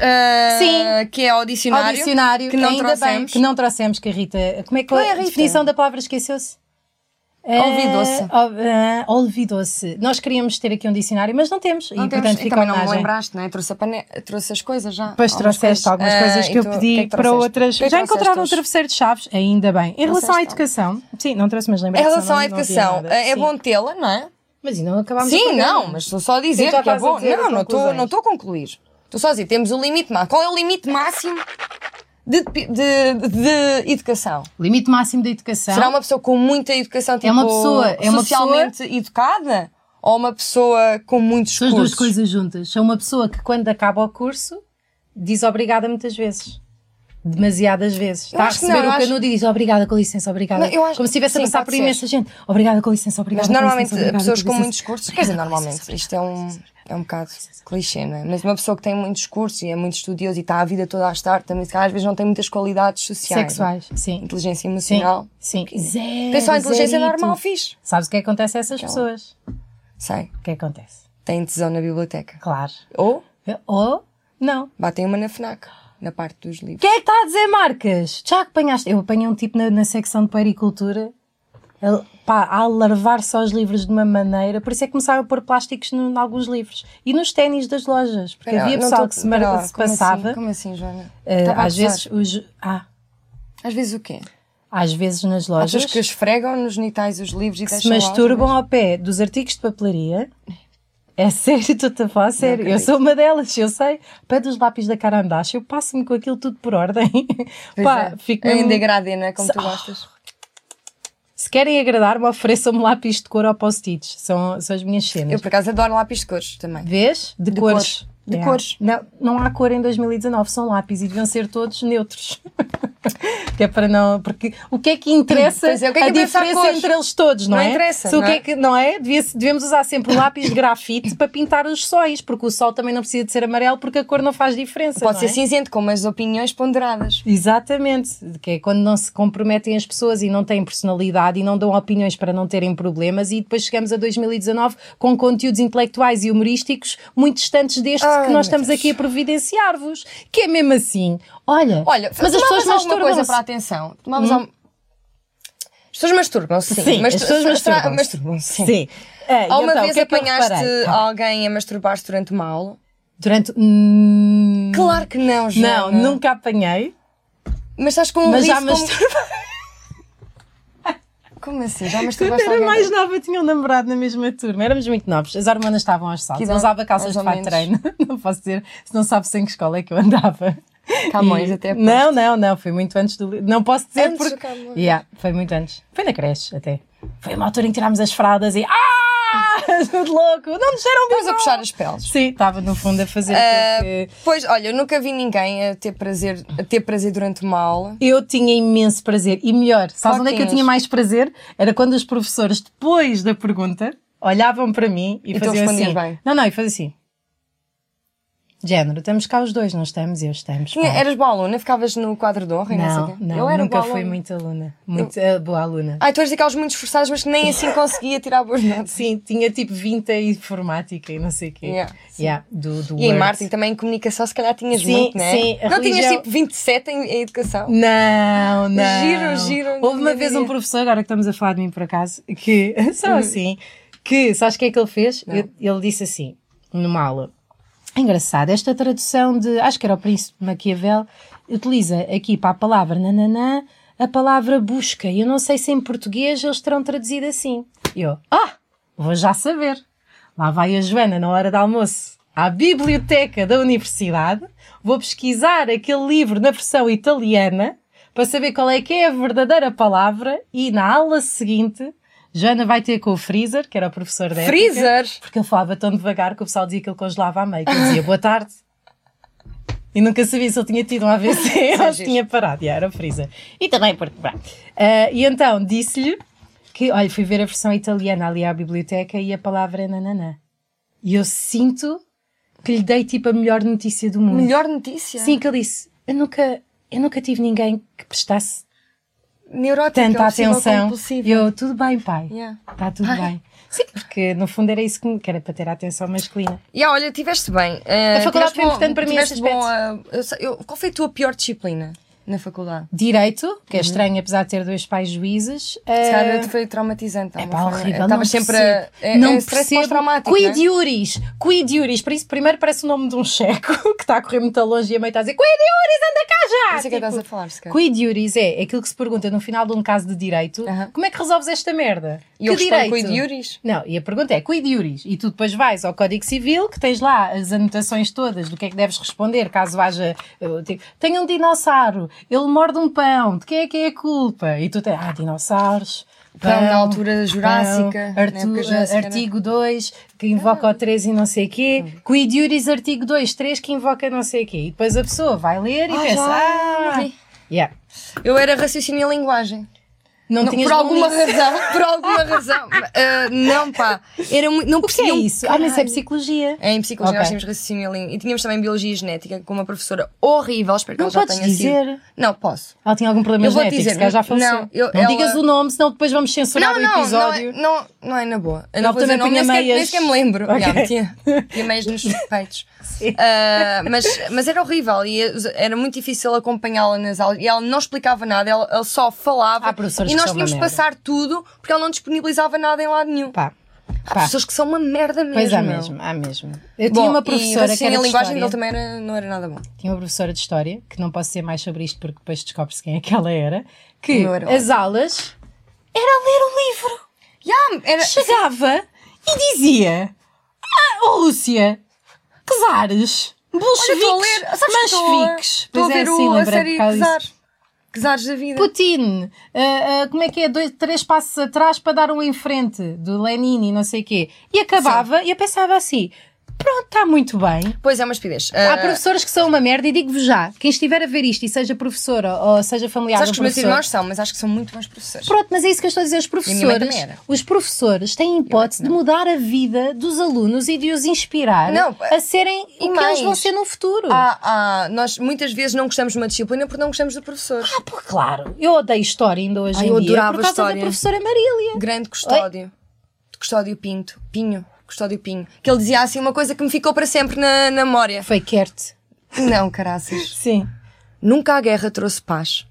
[SPEAKER 1] Sim.
[SPEAKER 2] que é ao dicionário.
[SPEAKER 1] ao dicionário,
[SPEAKER 2] que não
[SPEAKER 1] ainda bem
[SPEAKER 2] trouxemos.
[SPEAKER 1] que não trouxemos, que a Rita. Como é que
[SPEAKER 2] Qual é
[SPEAKER 1] a
[SPEAKER 2] a Rita?
[SPEAKER 1] definição da palavra esqueceu-se?
[SPEAKER 2] Olvidou-se.
[SPEAKER 1] Ah, ol- ah, Olvidou-se. Nós queríamos ter aqui um dicionário, mas não temos.
[SPEAKER 2] Não
[SPEAKER 1] e
[SPEAKER 2] temos-
[SPEAKER 1] portanto
[SPEAKER 2] e
[SPEAKER 1] fica a
[SPEAKER 2] também não me
[SPEAKER 1] homenagem.
[SPEAKER 2] lembraste, não é? Trouxe, a pane... trouxe as coisas já.
[SPEAKER 1] Depois trouxeste algumas coisas
[SPEAKER 2] Ah,
[SPEAKER 1] que eu
[SPEAKER 2] e tu, o
[SPEAKER 1] pedi
[SPEAKER 2] que é que
[SPEAKER 1] para
[SPEAKER 2] trouxeste?
[SPEAKER 1] outras.
[SPEAKER 2] O que é que
[SPEAKER 1] Já
[SPEAKER 2] trouxeste
[SPEAKER 1] encontraram um
[SPEAKER 2] hoje?
[SPEAKER 1] travesseiro de chaves? Ainda bem. Em relação à
[SPEAKER 2] Trouxeste então?
[SPEAKER 1] educação, sim, não trouxe, mas
[SPEAKER 2] Em
[SPEAKER 1] lembrei
[SPEAKER 2] relação à educação, é é bom tê-la, não é?
[SPEAKER 1] Mas ainda não acabámos o
[SPEAKER 2] Sim,
[SPEAKER 1] programa.
[SPEAKER 2] não, mas estou só a dizer
[SPEAKER 1] Sim, tu
[SPEAKER 2] que é
[SPEAKER 1] estás a
[SPEAKER 2] bom.
[SPEAKER 1] dizer as
[SPEAKER 2] Não, não estou,
[SPEAKER 1] conclusões.
[SPEAKER 2] não estou a concluir. Estou só a dizer, temos o limite máximo. Qual é o limite máximo de, de, de- de educação?
[SPEAKER 1] Limite máximo da educação.
[SPEAKER 2] Será uma pessoa com muita educação, tipo,
[SPEAKER 1] uma pessoa- Então? é uma
[SPEAKER 2] socialmente educada? Ou uma pessoa com muitos
[SPEAKER 1] São as duas
[SPEAKER 2] cursos?
[SPEAKER 1] coisas juntas. São uma pessoa que, quando acaba o curso, diz obrigada muitas vezes. Demasiadas vezes. Está a
[SPEAKER 2] acho que
[SPEAKER 1] receber
[SPEAKER 2] não, eu
[SPEAKER 1] o
[SPEAKER 2] acho-
[SPEAKER 1] canudo e diz obrigada, com licença, obrigada.
[SPEAKER 2] Não, eu acho-
[SPEAKER 1] Como se estivesse a
[SPEAKER 2] sim,
[SPEAKER 1] passar
[SPEAKER 2] pode
[SPEAKER 1] por
[SPEAKER 2] ser.
[SPEAKER 1] imensa gente. Obrigada, com licença, obrigada.
[SPEAKER 2] Mas
[SPEAKER 1] com
[SPEAKER 2] normalmente
[SPEAKER 1] licença, obrigada,
[SPEAKER 2] pessoas
[SPEAKER 1] com
[SPEAKER 2] com
[SPEAKER 1] licença.
[SPEAKER 2] muitos cursos, quer dizer,
[SPEAKER 1] Obrigada, [LAUGHS] com licença,
[SPEAKER 2] normalmente, isto é um, é um bocado clichê, não é? Mas uma pessoa que tem muitos cursos e é muito estudiosa e está a vida toda a estar, também se calhar às vezes não tem muitas qualidades sociais. é?
[SPEAKER 1] Sexuais, sim.
[SPEAKER 2] Inteligência
[SPEAKER 1] Sim, É
[SPEAKER 2] emocional.
[SPEAKER 1] sim. Zero,
[SPEAKER 2] Tem só a inteligência
[SPEAKER 1] zerito.
[SPEAKER 2] normal, Então. fixe.
[SPEAKER 1] Sabes o que é que acontece a essas pessoas?
[SPEAKER 2] Sei.
[SPEAKER 1] O que é que acontece?
[SPEAKER 2] Tem tesão na biblioteca.
[SPEAKER 1] Claro.
[SPEAKER 2] Ou
[SPEAKER 1] Ou não.
[SPEAKER 2] batem uma na FNAC, na parte dos livros.
[SPEAKER 1] Quem é que está a dizer marcas? Já apanhaste? Eu apanhei um tipo na, na secção de puericultura a- pá, a larvar só os livros de uma maneira. Por isso é que começaram a pôr plásticos no- em alguns livros. E nos ténis das lojas. Porque
[SPEAKER 2] Espera,
[SPEAKER 1] é? havia
[SPEAKER 2] não
[SPEAKER 1] pessoal
[SPEAKER 2] tô-
[SPEAKER 1] que se, mar-
[SPEAKER 2] espera lá,
[SPEAKER 1] se
[SPEAKER 2] como assim?
[SPEAKER 1] passava.
[SPEAKER 2] Como assim, Joana?
[SPEAKER 1] eh,
[SPEAKER 2] Estava a
[SPEAKER 1] às
[SPEAKER 2] gozar.
[SPEAKER 1] vezes os- ah,
[SPEAKER 2] Às vezes o quê?
[SPEAKER 1] às vezes nas
[SPEAKER 2] Há pessoas
[SPEAKER 1] lojas
[SPEAKER 2] que esfregam nos genitais os livros e
[SPEAKER 1] que se
[SPEAKER 2] deixam lá os
[SPEAKER 1] masturbam ao pé dos artigos de papelaria. É sério, [LAUGHS] estou-te a falar sério. Eu
[SPEAKER 2] acredito.
[SPEAKER 1] sou uma delas, eu sei. Pé dos lápis da carandache, eu passo-me com aquilo tudo por ordem.
[SPEAKER 2] Pois
[SPEAKER 1] Pá, um
[SPEAKER 2] é.
[SPEAKER 1] fico
[SPEAKER 2] É em
[SPEAKER 1] mesmo-
[SPEAKER 2] degradê, não é? Como
[SPEAKER 1] Se-
[SPEAKER 2] tu gostas.
[SPEAKER 1] Se querem agradar-me, ofereçam-me lápis de cor ou post-its. São, são as minhas cenas.
[SPEAKER 2] Eu, por acaso, adoro lápis de cores também.
[SPEAKER 1] Vês? De,
[SPEAKER 2] De
[SPEAKER 1] cores.
[SPEAKER 2] cores. De
[SPEAKER 1] É.
[SPEAKER 2] cores.
[SPEAKER 1] Não, não há cor em 2019, são lápis e deviam ser todos neutros. [LAUGHS] que é para não. Porque o que é que interessa
[SPEAKER 2] Pois é, o que é que
[SPEAKER 1] a
[SPEAKER 2] interessa a
[SPEAKER 1] diferença
[SPEAKER 2] cor?
[SPEAKER 1] entre eles todos, não,
[SPEAKER 2] Não
[SPEAKER 1] é?
[SPEAKER 2] interessa,
[SPEAKER 1] Se o
[SPEAKER 2] não
[SPEAKER 1] que
[SPEAKER 2] é?
[SPEAKER 1] é que, não é? Devia- devemos usar sempre o lápis de grafite para pintar os sóis, porque o sol também não precisa de ser amarelo, porque a cor não faz diferença.
[SPEAKER 2] Pode
[SPEAKER 1] não
[SPEAKER 2] ser
[SPEAKER 1] é?
[SPEAKER 2] cinzento, com umas opiniões ponderadas.
[SPEAKER 1] Exatamente, que é quando não se comprometem as pessoas e não têm personalidade e não dão opiniões para não terem problemas e depois chegamos a 2019 com conteúdos intelectuais e humorísticos muito distantes deste
[SPEAKER 2] Ai,
[SPEAKER 1] que
[SPEAKER 2] meu
[SPEAKER 1] nós estamos
[SPEAKER 2] Deus.
[SPEAKER 1] aqui a providenciar-vos, que é mesmo assim. Olha,
[SPEAKER 2] Olha,
[SPEAKER 1] mas as pessoas
[SPEAKER 2] alguma coisa
[SPEAKER 1] masturbam-se. Hum?
[SPEAKER 2] para a atenção. Tomavas al- As pessoas masturbam-se, sim.
[SPEAKER 1] Sim,
[SPEAKER 2] Mas
[SPEAKER 1] as
[SPEAKER 2] tu-
[SPEAKER 1] pessoas
[SPEAKER 2] tra-
[SPEAKER 1] masturbam-se.
[SPEAKER 2] masturbam-se, sim.
[SPEAKER 1] Sim. É, e
[SPEAKER 2] Alguma
[SPEAKER 1] então,
[SPEAKER 2] vez
[SPEAKER 1] o que é que eu
[SPEAKER 2] apanhaste
[SPEAKER 1] reparei?
[SPEAKER 2] alguém a masturbar-se durante uma aula?
[SPEAKER 1] Durante. hum,
[SPEAKER 2] Claro que não, Joana.
[SPEAKER 1] Não, nunca apanhei,
[SPEAKER 2] Mas estás com um
[SPEAKER 1] mas já
[SPEAKER 2] riso como-
[SPEAKER 1] masturbei.
[SPEAKER 2] Como assim?
[SPEAKER 1] [LAUGHS]
[SPEAKER 2] Já
[SPEAKER 1] Quando
[SPEAKER 2] masturbaste
[SPEAKER 1] era
[SPEAKER 2] alguém?
[SPEAKER 1] mais nova, tinha um namorado na mesma turma. Éramos muito novos. As hormonas estavam aos saltos.
[SPEAKER 2] Que
[SPEAKER 1] Eu
[SPEAKER 2] idade?
[SPEAKER 1] usava calças de
[SPEAKER 2] Mais
[SPEAKER 1] fato
[SPEAKER 2] ou
[SPEAKER 1] de treino. [LAUGHS]
[SPEAKER 2] menos.
[SPEAKER 1] Não posso dizer, se não sabes em que escola é que eu andava.
[SPEAKER 2] Camões,
[SPEAKER 1] E-
[SPEAKER 2] até aposto.
[SPEAKER 1] Não, não, não. Foi muito antes do. li- Não posso dizer
[SPEAKER 2] Antes do
[SPEAKER 1] porque.
[SPEAKER 2] Camões.
[SPEAKER 1] Yeah, foi muito antes. Foi na creche até. Foi uma altura em que tirámos as fraldas e. Ah! [LAUGHS] Tudo louco! Não nos deram
[SPEAKER 2] Estavas a
[SPEAKER 1] bigode.
[SPEAKER 2] puxar as peles.
[SPEAKER 1] Sim, estava no fundo a fazer.
[SPEAKER 2] Ah,
[SPEAKER 1] aquilo que-
[SPEAKER 2] Pois, olha, eu nunca vi ninguém a ter prazer, a ter prazer durante uma aula.
[SPEAKER 1] Eu tinha imenso prazer. E melhor, sabes
[SPEAKER 2] Claro
[SPEAKER 1] onde é que eu
[SPEAKER 2] que tinhas.
[SPEAKER 1] tinha mais prazer? Era quando os professores, depois da pergunta, olhavam para mim e,
[SPEAKER 2] tu
[SPEAKER 1] faziam assim.
[SPEAKER 2] respondias Então bem.
[SPEAKER 1] Não, não, e faziam assim. Género, estamos cá os dois, não estamos? Eu estamos.
[SPEAKER 2] Tinha-
[SPEAKER 1] pá.
[SPEAKER 2] eras boa aluna, ficavas no quadro de honra e não, sei
[SPEAKER 1] não,
[SPEAKER 2] o quê.
[SPEAKER 1] não,
[SPEAKER 2] eu era
[SPEAKER 1] nunca
[SPEAKER 2] boa
[SPEAKER 1] fui
[SPEAKER 2] aluna. Ah,
[SPEAKER 1] muito aluna. Muito eh, boa aluna.
[SPEAKER 2] Ai, tu eras daqueles muito esforçados, mas que
[SPEAKER 1] [LAUGHS]
[SPEAKER 2] nem assim conseguia tirar boas notas.
[SPEAKER 1] Sim, tinha tipo 20 em informática e não sei o quê.
[SPEAKER 2] Yeah, sim.
[SPEAKER 1] Yeah, do, do
[SPEAKER 2] E em
[SPEAKER 1] Word.
[SPEAKER 2] marketing também, em comunicação, se calhar tinhas
[SPEAKER 1] Sim,
[SPEAKER 2] muito, né?
[SPEAKER 1] sim, a
[SPEAKER 2] Não tinhas
[SPEAKER 1] religião-
[SPEAKER 2] tipo 27 em, em educação?
[SPEAKER 1] Não, não.
[SPEAKER 2] Giro, giro, não
[SPEAKER 1] Houve uma
[SPEAKER 2] tinha
[SPEAKER 1] vez
[SPEAKER 2] ideia.
[SPEAKER 1] um professor, agora que estamos a falar de mim por acaso, que, [LAUGHS] só assim, que, sabes o que é que ele fez?
[SPEAKER 2] Não.
[SPEAKER 1] Eu- ele disse assim, numa aula, É engraçado, esta tradução de, acho que era o Príncipe Maquiavel, utiliza aqui para a palavra nananã, a palavra busca. E Eu não sei se em português eles terão traduzido assim. E Eu, ah, vou já saber. Lá vai a Joana na hora do almoço à biblioteca da universidade, vou pesquisar aquele livro na versão italiana para saber qual é que é a verdadeira palavra e na aula seguinte Joana vai ter com o Freezer, que era o professor da época,
[SPEAKER 2] Freezer!
[SPEAKER 1] porque ele falava tão devagar que o pessoal dizia que ele congelava a meio, que ele dizia boa tarde. E nunca sabia se ele tinha tido um AVC ou se
[SPEAKER 2] giro.
[SPEAKER 1] tinha parado. Yeah, era o Freezer. E também porque. pá. Ah, e então disse-lhe que, olha, fui ver a versão italiana ali à biblioteca e a palavra é nananã. E eu sinto que lhe dei tipo a melhor notícia do mundo.
[SPEAKER 2] Melhor né? notícia?
[SPEAKER 1] Sim, que ele disse: eu nunca, eu nunca tive ninguém que prestasse
[SPEAKER 2] Neurótica,
[SPEAKER 1] tanta
[SPEAKER 2] obsessiva
[SPEAKER 1] atenção. E
[SPEAKER 2] compulsiva.
[SPEAKER 1] eu, tudo bem, pai.
[SPEAKER 2] Yeah.
[SPEAKER 1] Está tudo bem. Sim, porque no fundo era isso que, me- que era para ter a atenção masculina.
[SPEAKER 2] Yeah, ah, olha, tiveste bem. Eh,
[SPEAKER 1] A faculdade
[SPEAKER 2] tiveste
[SPEAKER 1] foi
[SPEAKER 2] bom-
[SPEAKER 1] importante para mim
[SPEAKER 2] tiveste
[SPEAKER 1] nesse
[SPEAKER 2] bom, eh, eu sei- eu- qual foi a tua pior disciplina na faculdade?
[SPEAKER 1] Direito, que é estranho, apesar de ter dois pais juízes.
[SPEAKER 2] Uhum. Se
[SPEAKER 1] eh,
[SPEAKER 2] calhar foi traumatizante.
[SPEAKER 1] É pá, horrível. Não
[SPEAKER 2] Estavas sempre
[SPEAKER 1] percebo.
[SPEAKER 2] a. É,
[SPEAKER 1] não
[SPEAKER 2] é stress
[SPEAKER 1] percebo.
[SPEAKER 2] pós-traumático. né?
[SPEAKER 1] Quid iuris. Quid iuris. Por isso, primeiro parece o nome de um checo [LAUGHS] que está a correr muito longe e a mãe está a dizer Quid iuris, anda cá já!
[SPEAKER 2] Não sei o que é que estás
[SPEAKER 1] Tipo,
[SPEAKER 2] a falar, se calhar.
[SPEAKER 1] Quid iuris é aquilo que se pergunta no final de um caso de direito.
[SPEAKER 2] Aham.
[SPEAKER 1] Como é que resolves esta merda?
[SPEAKER 2] E eu
[SPEAKER 1] que
[SPEAKER 2] respondo com idiuris.
[SPEAKER 1] Não, e a pergunta é quid iuris? E tu depois vais ao Código Civil, que tens lá as anotações todas do que é que deves responder caso haja. eh, tipo, Tem um dinossauro, ele morde um pão, de quem é que é a culpa? E tu tens, ah, dinossauros.
[SPEAKER 2] Pão na altura jurássica,
[SPEAKER 1] pão,
[SPEAKER 2] na
[SPEAKER 1] artu-
[SPEAKER 2] época jurássica, né? Ah. Uhum.
[SPEAKER 1] artigo 2, que invoca o 3 e não sei quê. Quid iuris, artigo 2, 3, que invoca não sei quê. E depois a pessoa vai ler e
[SPEAKER 2] Ah,
[SPEAKER 1] pensa,
[SPEAKER 2] já
[SPEAKER 1] ah.
[SPEAKER 2] morri.
[SPEAKER 1] Yeah.
[SPEAKER 2] Eu era raciocínio e linguagem.
[SPEAKER 1] Não,
[SPEAKER 2] Não,
[SPEAKER 1] tinhas
[SPEAKER 2] por alguma
[SPEAKER 1] bom nisso.
[SPEAKER 2] razão,
[SPEAKER 1] [LAUGHS]
[SPEAKER 2] por alguma razão. Ah, não, pá. Era muito, não
[SPEAKER 1] O que é
[SPEAKER 2] percebiam
[SPEAKER 1] isso? Ah, mas isso é psicologia.
[SPEAKER 2] Em psicologia
[SPEAKER 1] Ok.
[SPEAKER 2] nós tínhamos raciocínio e linguagem. E tínhamos também biologia genética com uma professora horrível. Espero que
[SPEAKER 1] Não
[SPEAKER 2] ela já
[SPEAKER 1] podes
[SPEAKER 2] tenha
[SPEAKER 1] dizer.
[SPEAKER 2] sido. Não, posso.
[SPEAKER 1] Ela tinha algum problema
[SPEAKER 2] Eu vou-te
[SPEAKER 1] genético,
[SPEAKER 2] dizer,
[SPEAKER 1] se calhar já faleceu.
[SPEAKER 2] não, eu-
[SPEAKER 1] não
[SPEAKER 2] ela-
[SPEAKER 1] digas o nome, senão depois vamos censurar
[SPEAKER 2] não,
[SPEAKER 1] o
[SPEAKER 2] não, não é,
[SPEAKER 1] episódio.
[SPEAKER 2] não, não é na boa. Eu
[SPEAKER 1] Ela
[SPEAKER 2] não vou
[SPEAKER 1] também
[SPEAKER 2] dizer nome, nem
[SPEAKER 1] punha
[SPEAKER 2] sequer, nem
[SPEAKER 1] meias.
[SPEAKER 2] sequer me lembro.
[SPEAKER 1] Ok.
[SPEAKER 2] Já, tinha, tinha
[SPEAKER 1] [LAUGHS]
[SPEAKER 2] meias nos peitos. Ah, mas, mas era horrível e era muito difícil acompanhá-la nas aulas. E ela não explicava nada, ela, ela só falava.
[SPEAKER 1] Há professores
[SPEAKER 2] e
[SPEAKER 1] que
[SPEAKER 2] nós
[SPEAKER 1] são uma
[SPEAKER 2] tínhamos de
[SPEAKER 1] merda.
[SPEAKER 2] passar tudo porque ela não disponibilizava nada em lado nenhum.
[SPEAKER 1] Pá,
[SPEAKER 2] Há
[SPEAKER 1] pá.
[SPEAKER 2] pessoas que são uma merda Ah, mesmo.
[SPEAKER 1] Pois há
[SPEAKER 2] meu.
[SPEAKER 1] mesmo, há mesmo. Eu
[SPEAKER 2] Bom,
[SPEAKER 1] tinha uma professora
[SPEAKER 2] e
[SPEAKER 1] que era
[SPEAKER 2] a
[SPEAKER 1] de
[SPEAKER 2] linguagem dele
[SPEAKER 1] história.
[SPEAKER 2] também era- não era nada bom.
[SPEAKER 1] Tinha uma professora de história, que não posso dizer mais sobre isto porque depois descobre-se quem é que ela era, que
[SPEAKER 2] Não era
[SPEAKER 1] as aulas era ler o livro.
[SPEAKER 2] Yeah, era,
[SPEAKER 1] Chegava e dizia: Ah, ó Lúcia, Czares,
[SPEAKER 2] estou a
[SPEAKER 1] bolcheviques,
[SPEAKER 2] ler, sabes que estou a-
[SPEAKER 1] mancheviques.
[SPEAKER 2] estou a
[SPEAKER 1] Pois é,
[SPEAKER 2] ver
[SPEAKER 1] sim,
[SPEAKER 2] o, a
[SPEAKER 1] lembrei-me por
[SPEAKER 2] série
[SPEAKER 1] causa disso.
[SPEAKER 2] Czar. Czares da vida.
[SPEAKER 1] Putin, ah, ah, como é que é? Dois, três passos atrás para dar um em frente do Lenin e não sei o quê. E acabava e eu pensava assim: pronto, está muito bem.
[SPEAKER 2] Pois é, uma estupidez.
[SPEAKER 1] Há
[SPEAKER 2] Ah,
[SPEAKER 1] professores que são uma merda e digo-vos já: quem estiver a ver isto e seja professora ou seja familiar de
[SPEAKER 2] Sabes
[SPEAKER 1] um
[SPEAKER 2] que os meus
[SPEAKER 1] professor.
[SPEAKER 2] irmãos são, mas acho que são muito bons professores.
[SPEAKER 1] Pronto, mas é isso que eu estou a dizer. Os
[SPEAKER 2] minha mãe
[SPEAKER 1] professores,
[SPEAKER 2] também era. é
[SPEAKER 1] os professores têm a hipótese de mudar a vida dos alunos e de os inspirar
[SPEAKER 2] Não,
[SPEAKER 1] a serem
[SPEAKER 2] e
[SPEAKER 1] o que
[SPEAKER 2] mais. Ah.
[SPEAKER 1] eles vão ser no futuro.
[SPEAKER 2] Há- há- nós muitas vezes não gostamos de uma disciplina porque não gostamos do professor.
[SPEAKER 1] Ah, pô, claro. Eu odeio história ainda hoje
[SPEAKER 2] Ai,
[SPEAKER 1] em
[SPEAKER 2] eu
[SPEAKER 1] dia
[SPEAKER 2] adorava
[SPEAKER 1] por causa
[SPEAKER 2] história.
[SPEAKER 1] da professora Marília.
[SPEAKER 2] Grande custódio. De Custódio Pinto. Pinho. Custódio Pinho. Que ele dizia assim uma coisa que me ficou para sempre na, na memória.
[SPEAKER 1] Foi Kert.
[SPEAKER 2] Não, caraças.
[SPEAKER 1] Sim.
[SPEAKER 2] Nunca a guerra trouxe paz.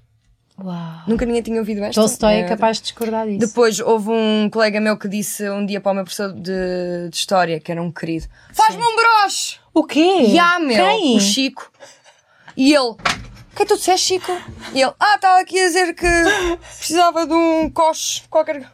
[SPEAKER 1] Uau.
[SPEAKER 2] Nunca ninguém tinha ouvido esta.
[SPEAKER 1] Tolstói é
[SPEAKER 2] Eh,
[SPEAKER 1] capaz de discordar disso.
[SPEAKER 2] Depois houve um colega meu que disse um dia para o meu professor de, de história, que era um querido: Faz-me um broche!
[SPEAKER 1] O quê?
[SPEAKER 2] E há, meu,
[SPEAKER 1] Quem?
[SPEAKER 2] o Chico. E ele: O que é que tu disseste, Chico? E ele: Ah, estava aqui a dizer que precisava de um coche, qualquer.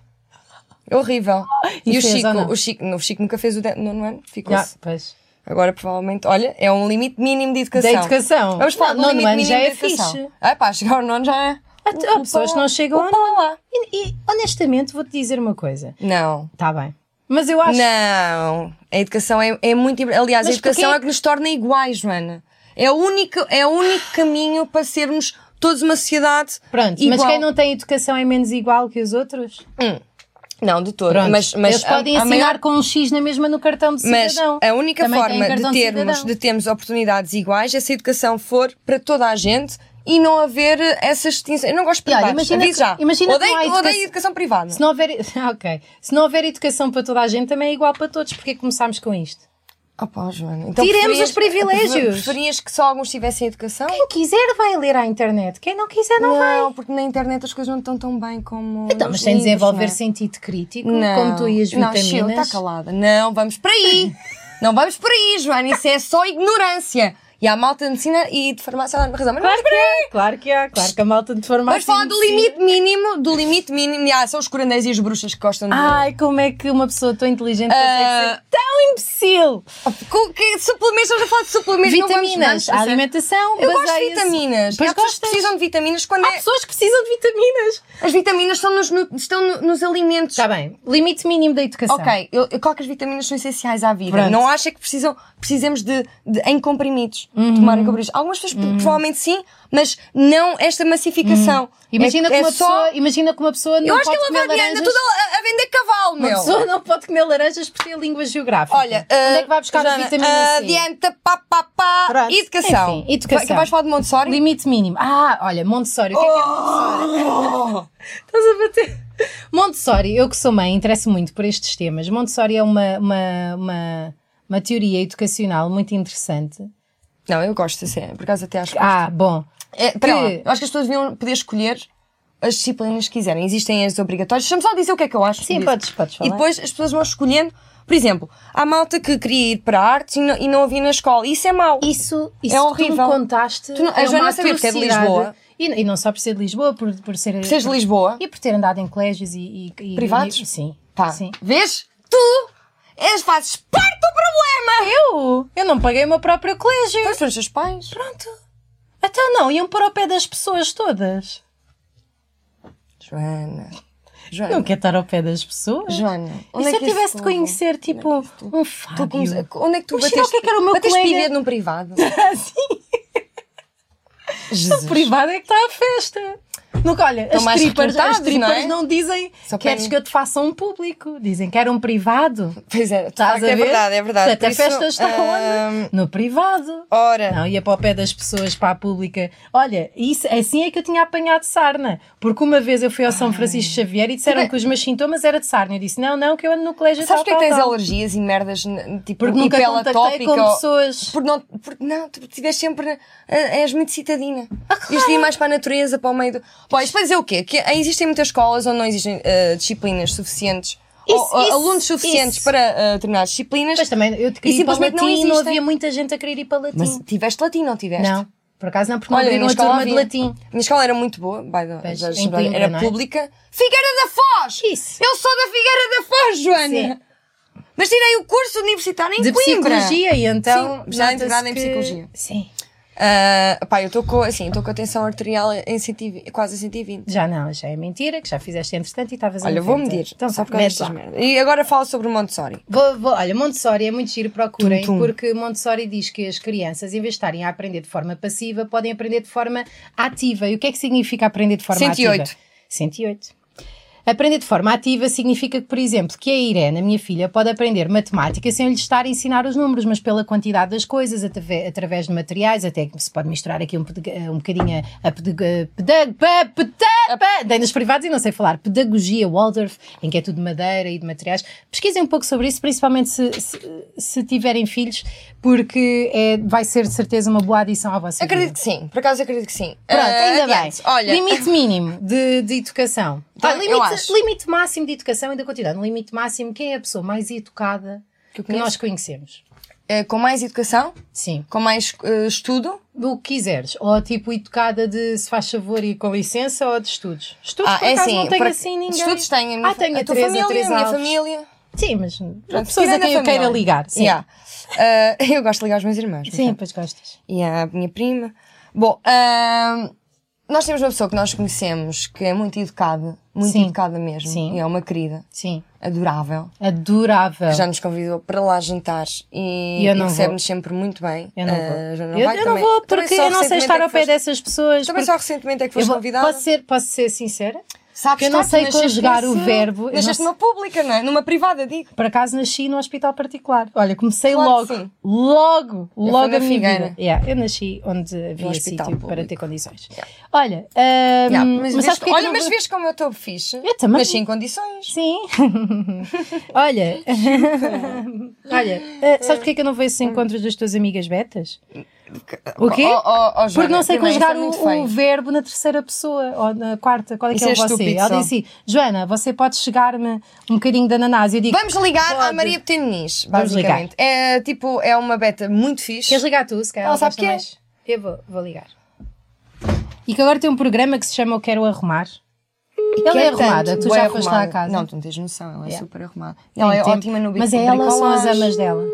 [SPEAKER 2] Horrível.
[SPEAKER 1] E
[SPEAKER 2] E, o
[SPEAKER 1] fez ou
[SPEAKER 2] Chico,
[SPEAKER 1] não?
[SPEAKER 2] o Chico, não, o Chico nunca fez o de- nono ano,
[SPEAKER 1] Já,
[SPEAKER 2] ficou-se.
[SPEAKER 1] pois.
[SPEAKER 2] Agora, provavelmente, olha, é um limite mínimo de educação.
[SPEAKER 1] Da educação.
[SPEAKER 2] Vamos
[SPEAKER 1] Não,
[SPEAKER 2] falar do
[SPEAKER 1] nono
[SPEAKER 2] limite
[SPEAKER 1] ano
[SPEAKER 2] mínimo
[SPEAKER 1] já
[SPEAKER 2] de
[SPEAKER 1] é
[SPEAKER 2] educação.
[SPEAKER 1] fixe.
[SPEAKER 2] Ah, pá, chegar ao nono já é.
[SPEAKER 1] Há, há
[SPEAKER 2] o
[SPEAKER 1] pessoas
[SPEAKER 2] pau
[SPEAKER 1] que
[SPEAKER 2] lá.
[SPEAKER 1] não chegam
[SPEAKER 2] O
[SPEAKER 1] a
[SPEAKER 2] pau
[SPEAKER 1] nada.
[SPEAKER 2] lá.
[SPEAKER 1] E, e, honestamente vou-te dizer uma coisa.
[SPEAKER 2] Não.
[SPEAKER 1] Está bem. Mas eu acho
[SPEAKER 2] Não, a educação é, é muito. impor- Aliás,
[SPEAKER 1] Mas
[SPEAKER 2] a educação
[SPEAKER 1] porquê?
[SPEAKER 2] é que nos torna iguais, Joana. É o único, é o único caminho para sermos todos uma sociedade
[SPEAKER 1] Pronto,
[SPEAKER 2] igual.
[SPEAKER 1] mas quem não tem educação é menos igual que os outros?
[SPEAKER 2] Não, de todo.
[SPEAKER 1] Pronto.
[SPEAKER 2] Mas, mas
[SPEAKER 1] Eles podem
[SPEAKER 2] a, a
[SPEAKER 1] assinar
[SPEAKER 2] maior
[SPEAKER 1] com um X na mesma no cartão de
[SPEAKER 2] Mas
[SPEAKER 1] cidadão.
[SPEAKER 2] a única
[SPEAKER 1] Também têm
[SPEAKER 2] forma de
[SPEAKER 1] cartão
[SPEAKER 2] termos,
[SPEAKER 1] cidadão.
[SPEAKER 2] de termos oportunidades iguais é se a educação for para toda a gente e não haver essas distinções. Eu não gosto de
[SPEAKER 1] E olha,
[SPEAKER 2] privados.
[SPEAKER 1] imagina
[SPEAKER 2] Aviso
[SPEAKER 1] que-
[SPEAKER 2] já.
[SPEAKER 1] imagina que
[SPEAKER 2] odeio,
[SPEAKER 1] não há
[SPEAKER 2] odeio
[SPEAKER 1] educação-
[SPEAKER 2] educação privada.
[SPEAKER 1] Se não, houver, [LAUGHS] ok. se não houver educação para toda a gente, também é igual para todos. Porque é que começámos com isto?
[SPEAKER 2] Opa, Joana, então
[SPEAKER 1] Tiremos
[SPEAKER 2] preferias-
[SPEAKER 1] os privilégios.
[SPEAKER 2] Preferias que só alguns tivessem educação?
[SPEAKER 1] Quem quiser vai ler à internet. Quem não quiser, não, vai.
[SPEAKER 2] Não, porque na internet as coisas não estão tão bem como.
[SPEAKER 1] Então,
[SPEAKER 2] nos
[SPEAKER 1] mas tem de
[SPEAKER 2] livros,
[SPEAKER 1] desenvolver
[SPEAKER 2] não é?
[SPEAKER 1] sentido crítico,
[SPEAKER 2] Não.
[SPEAKER 1] como tu e as
[SPEAKER 2] Não, tá Sheila,
[SPEAKER 1] vitaminas.
[SPEAKER 2] está calada. Não, vamos por aí. não vamos por aí, Joana. Isso é só ignorância. E há malta de medicina e de farmácia, ela tem razão. Mas não
[SPEAKER 1] claro que há, claro que há. Claro que a malta de formação.
[SPEAKER 2] Vamos falar do limite mínimo, do limite mínimo. Ah, são os curandeiros e as bruxas que gostam de.
[SPEAKER 1] Ai, como é que uma pessoa tão inteligente consegue
[SPEAKER 2] Ah.
[SPEAKER 1] ser tão imbecil?
[SPEAKER 2] Com, que suplementos, estamos a falar de suplementos, não vamos,
[SPEAKER 1] vitaminas,
[SPEAKER 2] vamos,
[SPEAKER 1] a alimentação,
[SPEAKER 2] Eu gosto de
[SPEAKER 1] baseia-se-
[SPEAKER 2] vitaminas.
[SPEAKER 1] Pois
[SPEAKER 2] Há pessoas que
[SPEAKER 1] gostas? Ah.
[SPEAKER 2] precisam de vitaminas quando
[SPEAKER 1] Há
[SPEAKER 2] é-
[SPEAKER 1] pessoas que precisam de vitaminas.
[SPEAKER 2] As vitaminas estão nos, nu- estão no- nos alimentos.
[SPEAKER 1] Está Tá bem, limite mínimo da educação.
[SPEAKER 2] Ok, eu, eu claro que as vitaminas são essenciais à vida.
[SPEAKER 1] Pronto.
[SPEAKER 2] Não acha que precisam, precisamos de, de- em comprimidos,
[SPEAKER 1] Uhum.
[SPEAKER 2] tomar em comprimidos. Algumas pessoas provavelmente sim, mas não esta massificação.
[SPEAKER 1] Uhum. Imagina,
[SPEAKER 2] É-
[SPEAKER 1] que
[SPEAKER 2] é
[SPEAKER 1] uma
[SPEAKER 2] só-
[SPEAKER 1] pessoa, imagina que uma pessoa não
[SPEAKER 2] Eu acho que
[SPEAKER 1] pode
[SPEAKER 2] ela
[SPEAKER 1] comer
[SPEAKER 2] vai
[SPEAKER 1] laranjas.
[SPEAKER 2] anda tudo a, a vender cavalo,
[SPEAKER 1] Uma
[SPEAKER 2] meu.
[SPEAKER 1] pessoa não pode comer laranjas por ter língua geográfica.
[SPEAKER 2] Olha,
[SPEAKER 1] onde é
[SPEAKER 2] ah,
[SPEAKER 1] que vai buscar
[SPEAKER 2] Joana,
[SPEAKER 1] a vitamina
[SPEAKER 2] ah,
[SPEAKER 1] C?
[SPEAKER 2] Adianta, pá, pá, pá.
[SPEAKER 1] Pronto.
[SPEAKER 2] Educação.
[SPEAKER 1] Enfim, educação.
[SPEAKER 2] Vai- Que vais falar de Montessori?
[SPEAKER 1] Limite mínimo. Ah, olha, Montessori. O que é que é
[SPEAKER 2] Oh!
[SPEAKER 1] Estás a bater. Montessori, eu que sou mãe, interesso muito por estes temas. Montessori é uma, uma, uma, uma teoria educacional muito interessante.
[SPEAKER 2] Não, eu gosto assim, por acaso até acho. Ah,
[SPEAKER 1] Ah, bom.
[SPEAKER 2] é, pera
[SPEAKER 1] que-
[SPEAKER 2] lá, eu acho que as pessoas deviam poder escolher as disciplinas que quiserem. Existem as obrigatórias. Deixa-me só dizer o que é que eu acho.
[SPEAKER 1] Sim,
[SPEAKER 2] disso.
[SPEAKER 1] podes, podes falar.
[SPEAKER 2] E depois as pessoas vão escolhendo. Por exemplo, há malta que queria ir para a arte e não, e não havia na escola. Isso é mau.
[SPEAKER 1] Isso, isso
[SPEAKER 2] É
[SPEAKER 1] que tu
[SPEAKER 2] horrível.
[SPEAKER 1] me contaste.
[SPEAKER 2] Tu não- a
[SPEAKER 1] é
[SPEAKER 2] Joana
[SPEAKER 1] uma
[SPEAKER 2] não sabia porque é de
[SPEAKER 1] atrocidade.
[SPEAKER 2] Lisboa.
[SPEAKER 1] E, e não só por ser de Lisboa, por, por ser.
[SPEAKER 2] Por seres de Lisboa.
[SPEAKER 1] E por ter andado em colégios e. e- e-
[SPEAKER 2] Privados? Tá.
[SPEAKER 1] e- sim.
[SPEAKER 2] Pá,
[SPEAKER 1] Sim.
[SPEAKER 2] vês? Tu és, fazes parte do Então, problema.
[SPEAKER 1] Eu? Eu não paguei o meu próprio colégio.
[SPEAKER 2] Pois foram os teus pais. Pronto.
[SPEAKER 1] Então não, iam para o pé das pessoas todas.
[SPEAKER 2] Joana. Joana.
[SPEAKER 1] Não quer estar ao pé das pessoas.
[SPEAKER 2] Joana,
[SPEAKER 1] e
[SPEAKER 2] onde
[SPEAKER 1] se
[SPEAKER 2] é
[SPEAKER 1] eu
[SPEAKER 2] que isso
[SPEAKER 1] tivesse de
[SPEAKER 2] tudo?
[SPEAKER 1] conhecer, tipo, um
[SPEAKER 2] é Tu
[SPEAKER 1] Fábio?
[SPEAKER 2] comes- onde é que tu
[SPEAKER 1] Imagina
[SPEAKER 2] bateste?
[SPEAKER 1] o que é que era o meu
[SPEAKER 2] bateste
[SPEAKER 1] colega.
[SPEAKER 2] pivete
[SPEAKER 1] [LAUGHS]
[SPEAKER 2] num privado. [LAUGHS] Jesus.
[SPEAKER 1] O privado é
[SPEAKER 2] tá
[SPEAKER 1] que está à festa. Nunca, olha, as
[SPEAKER 2] mais
[SPEAKER 1] tripas, as
[SPEAKER 2] requintados,
[SPEAKER 1] tripas
[SPEAKER 2] não é?
[SPEAKER 1] não dizem
[SPEAKER 2] Só
[SPEAKER 1] queres
[SPEAKER 2] querem-
[SPEAKER 1] que eu te faça um público. Dizem que era um privado.
[SPEAKER 2] Pois é, de
[SPEAKER 1] Estás
[SPEAKER 2] facto,
[SPEAKER 1] a
[SPEAKER 2] é
[SPEAKER 1] ver?
[SPEAKER 2] verdade, é verdade.
[SPEAKER 1] Portanto, a
[SPEAKER 2] Por isso,
[SPEAKER 1] festa está
[SPEAKER 2] ahm,
[SPEAKER 1] onde? No privado.
[SPEAKER 2] Ora,
[SPEAKER 1] Não, ia para o pé das pessoas, para a pública. Olha, isso, assim é que eu tinha apanhado sarna. Porque uma vez eu fui ao São Francisco Xavier e disseram que os meus sintomas eram de sarna. Eu disse, não, não, que eu ando no colégio tal,
[SPEAKER 2] sabes porque é que
[SPEAKER 1] tal,
[SPEAKER 2] tens
[SPEAKER 1] tal.
[SPEAKER 2] alergias e merdas, n- tipo,
[SPEAKER 1] Porque nunca
[SPEAKER 2] pela
[SPEAKER 1] contactei com pessoas.
[SPEAKER 2] Porque não, porque não, tu estiveste sempre. ah, és muito citadina.
[SPEAKER 1] Ah,
[SPEAKER 2] Isto de ir mais para a natureza, para o meio do. Bom, isto para dizer o quê? Que existem muitas escolas onde não existem ah, disciplinas suficientes.
[SPEAKER 1] Isso,
[SPEAKER 2] ou, ah,
[SPEAKER 1] isso,
[SPEAKER 2] alunos suficientes
[SPEAKER 1] isso.
[SPEAKER 2] para ah, determinadas disciplinas.
[SPEAKER 1] Mas também, eu te queria
[SPEAKER 2] E
[SPEAKER 1] ir para o
[SPEAKER 2] simplesmente não
[SPEAKER 1] latim e não
[SPEAKER 2] existem.
[SPEAKER 1] havia muita gente a querer ir para o latim.
[SPEAKER 2] Mas tiveste latim, não tiveste?
[SPEAKER 1] Não, por acaso não, porque não
[SPEAKER 2] Olha, a
[SPEAKER 1] abriram
[SPEAKER 2] minha
[SPEAKER 1] a
[SPEAKER 2] escola
[SPEAKER 1] turma de
[SPEAKER 2] havia.
[SPEAKER 1] latim.
[SPEAKER 2] A minha escola era muito boa, by the way,
[SPEAKER 1] Pois,
[SPEAKER 2] já-
[SPEAKER 1] em
[SPEAKER 2] já- já-
[SPEAKER 1] Coimbra,
[SPEAKER 2] era
[SPEAKER 1] não é?
[SPEAKER 2] pública. Figueira da Foz!
[SPEAKER 1] Isso.
[SPEAKER 2] Eu sou da Figueira da Foz, Joana!
[SPEAKER 1] Sim.
[SPEAKER 2] Mas tirei o curso universitário em
[SPEAKER 1] De
[SPEAKER 2] Coimbra.
[SPEAKER 1] psicologia, e então.
[SPEAKER 2] Sim, já
[SPEAKER 1] nota-se
[SPEAKER 2] integrada em
[SPEAKER 1] que-
[SPEAKER 2] psicologia.
[SPEAKER 1] Sim.
[SPEAKER 2] Ah, pá, eu estou com, assim, estou com a tensão arterial em 120, quase a 120.
[SPEAKER 1] Já não, já é mentira, que já fizeste entretanto e estavas
[SPEAKER 2] Olha,
[SPEAKER 1] em
[SPEAKER 2] vou
[SPEAKER 1] 90.
[SPEAKER 2] medir.
[SPEAKER 1] Então,
[SPEAKER 2] só
[SPEAKER 1] só
[SPEAKER 2] por causa
[SPEAKER 1] mete
[SPEAKER 2] destas
[SPEAKER 1] lá.
[SPEAKER 2] merdas. E agora fala sobre o Montessori.
[SPEAKER 1] Vou, vou, olha, Montessori é muito giro, procurem,
[SPEAKER 2] Tum, tum.
[SPEAKER 1] porque Montessori diz que as crianças, em vez de estarem a aprender de forma passiva, podem aprender de forma ativa. E o que é que significa aprender de forma
[SPEAKER 2] 108.
[SPEAKER 1] ativa? 108. Aprender de forma ativa significa que, por exemplo, que a Irene, a minha filha, pode aprender matemática sem lhe estar a ensinar os números, mas pela quantidade das coisas, atave- através de materiais, até que se pode misturar aqui um, ped- um bocadinho a, a pedag- pedag- pa- peta- pa- dei nos privados e não sei falar, pedagogia Waldorf, em que é tudo de madeira e de materiais. Pesquisem um pouco sobre isso, principalmente se, se, se tiverem filhos, porque é, vai ser de certeza uma boa adição à vossa vida.
[SPEAKER 2] Acredito que sim, por acaso acredito que sim.
[SPEAKER 1] Pronto,
[SPEAKER 2] Ah,
[SPEAKER 1] ainda
[SPEAKER 2] adiante.
[SPEAKER 1] bem.
[SPEAKER 2] Olha, [LAUGHS]
[SPEAKER 1] Limite mínimo de, de educação.
[SPEAKER 2] Então,
[SPEAKER 1] Ah,
[SPEAKER 2] eu
[SPEAKER 1] limite,
[SPEAKER 2] acho.
[SPEAKER 1] limite máximo de educação e da quantidade. Limite máximo, quem é a pessoa mais educada
[SPEAKER 2] Que eu
[SPEAKER 1] que,
[SPEAKER 2] conheço.
[SPEAKER 1] nós conhecemos?
[SPEAKER 2] eh, com mais educação,
[SPEAKER 1] Sim.
[SPEAKER 2] com mais eh, estudo.
[SPEAKER 1] O que quiseres. Ou tipo educada de se faz favor e com licença ou de estudos. Estudos
[SPEAKER 2] Ah,
[SPEAKER 1] por
[SPEAKER 2] é
[SPEAKER 1] acaso
[SPEAKER 2] assim.
[SPEAKER 1] não tenho
[SPEAKER 2] por-
[SPEAKER 1] assim ninguém.
[SPEAKER 2] Estudos têm a minha,
[SPEAKER 1] Ah, tenho a,
[SPEAKER 2] tua
[SPEAKER 1] Teresa,
[SPEAKER 2] família,
[SPEAKER 1] Teresa
[SPEAKER 2] a minha
[SPEAKER 1] Alves.
[SPEAKER 2] família.
[SPEAKER 1] Sim, mas há
[SPEAKER 2] Pronto,
[SPEAKER 1] pessoas a
[SPEAKER 2] tirando
[SPEAKER 1] quem eu
[SPEAKER 2] família.
[SPEAKER 1] queira ligar. Sim,
[SPEAKER 2] Yeah. Ah, eu gosto de ligar aos meus irmãos.
[SPEAKER 1] sim pois gostas.
[SPEAKER 2] E à minha prima. Bom, ah, nós temos uma pessoa que nós conhecemos que é muito educada, muito
[SPEAKER 1] Sim.
[SPEAKER 2] educada mesmo.
[SPEAKER 1] Sim.
[SPEAKER 2] E é uma querida,
[SPEAKER 1] Sim.
[SPEAKER 2] adorável.
[SPEAKER 1] Adorável.
[SPEAKER 2] que Já nos convidou para lá jantar e,
[SPEAKER 1] E eu
[SPEAKER 2] e
[SPEAKER 1] não
[SPEAKER 2] recebe-nos sempre muito bem.
[SPEAKER 1] Eu não
[SPEAKER 2] Ah,
[SPEAKER 1] vou.
[SPEAKER 2] já
[SPEAKER 1] eu
[SPEAKER 2] vai
[SPEAKER 1] eu não
[SPEAKER 2] também.
[SPEAKER 1] vou
[SPEAKER 2] Também
[SPEAKER 1] porque
[SPEAKER 2] só
[SPEAKER 1] eu não sei
[SPEAKER 2] recentemente
[SPEAKER 1] estar
[SPEAKER 2] é
[SPEAKER 1] ao
[SPEAKER 2] que
[SPEAKER 1] pé
[SPEAKER 2] foste-
[SPEAKER 1] dessas pessoas.
[SPEAKER 2] Também
[SPEAKER 1] porque-
[SPEAKER 2] só recentemente é que foste
[SPEAKER 1] Eu vou-
[SPEAKER 2] convidada.
[SPEAKER 1] Posso ser, posso ser sincera? Porque
[SPEAKER 2] Sabes,
[SPEAKER 1] eu não
[SPEAKER 2] tá, tu
[SPEAKER 1] sei
[SPEAKER 2] nasceste
[SPEAKER 1] conjugar o
[SPEAKER 2] nesse-
[SPEAKER 1] verbo, eu não
[SPEAKER 2] Nasceste
[SPEAKER 1] sei-
[SPEAKER 2] numa pública, não é? Numa privada, digo.
[SPEAKER 1] Por acaso nasci num hospital particular. Olha, comecei
[SPEAKER 2] Claro que
[SPEAKER 1] logo,
[SPEAKER 2] sim.
[SPEAKER 1] logo, logo
[SPEAKER 2] na
[SPEAKER 1] a minha
[SPEAKER 2] Figueira.
[SPEAKER 1] vida. Yeah, eu nasci onde havia
[SPEAKER 2] hospital
[SPEAKER 1] sítio para
[SPEAKER 2] público.
[SPEAKER 1] ter condições. Olha, ah,
[SPEAKER 2] Yeah,
[SPEAKER 1] mas,
[SPEAKER 2] mas vês-
[SPEAKER 1] sabes porque é que
[SPEAKER 2] olha,
[SPEAKER 1] eu
[SPEAKER 2] mas
[SPEAKER 1] não-
[SPEAKER 2] vês como eu estou fixe.
[SPEAKER 1] Eu também.
[SPEAKER 2] Nasci em condições.
[SPEAKER 1] Sim. [LAUGHS] Olha. Olha, [LAUGHS] eh, sabes porquê que eu não
[SPEAKER 2] Hum.
[SPEAKER 1] vejo esses encontros das tuas amigas betas? O quê?
[SPEAKER 2] Oh, oh, oh,
[SPEAKER 1] Porque
[SPEAKER 2] Joana,
[SPEAKER 1] não sei
[SPEAKER 2] primeiro, isso
[SPEAKER 1] conjugar
[SPEAKER 2] é
[SPEAKER 1] o,
[SPEAKER 2] muito feio.
[SPEAKER 1] o verbo na terceira pessoa ou na quarta. Qual é que
[SPEAKER 2] Isso
[SPEAKER 1] é o
[SPEAKER 2] é
[SPEAKER 1] você?
[SPEAKER 2] estúpido
[SPEAKER 1] Ela
[SPEAKER 2] só.
[SPEAKER 1] disse: Joana, você pode chegar-me um bocadinho de ananás. Eu digo:
[SPEAKER 2] Vamos ligar à
[SPEAKER 1] Pode.
[SPEAKER 2] Maria Petenis,
[SPEAKER 1] Vamos
[SPEAKER 2] basicamente. É tipo, é uma beta muito fixe.
[SPEAKER 1] Queres ligar tu? Se calhar
[SPEAKER 2] Ela
[SPEAKER 1] ela
[SPEAKER 2] sabe
[SPEAKER 1] gosta
[SPEAKER 2] que é.
[SPEAKER 1] mais. Eu vou, vou ligar. E que agora tem um programa que se chama Eu Quero Arrumar. Ela
[SPEAKER 2] Que
[SPEAKER 1] é
[SPEAKER 2] tanto,
[SPEAKER 1] arrumada, tu
[SPEAKER 2] bué
[SPEAKER 1] já foste lá
[SPEAKER 2] arrumada.
[SPEAKER 1] à casa.
[SPEAKER 2] Não, tu não tens noção, ela é
[SPEAKER 1] Yeah.
[SPEAKER 2] super arrumada. Ela é
[SPEAKER 1] Tem tempo.
[SPEAKER 2] ótima no bico
[SPEAKER 1] Mas
[SPEAKER 2] de
[SPEAKER 1] é ela são as
[SPEAKER 2] bricolagem.
[SPEAKER 1] amas dela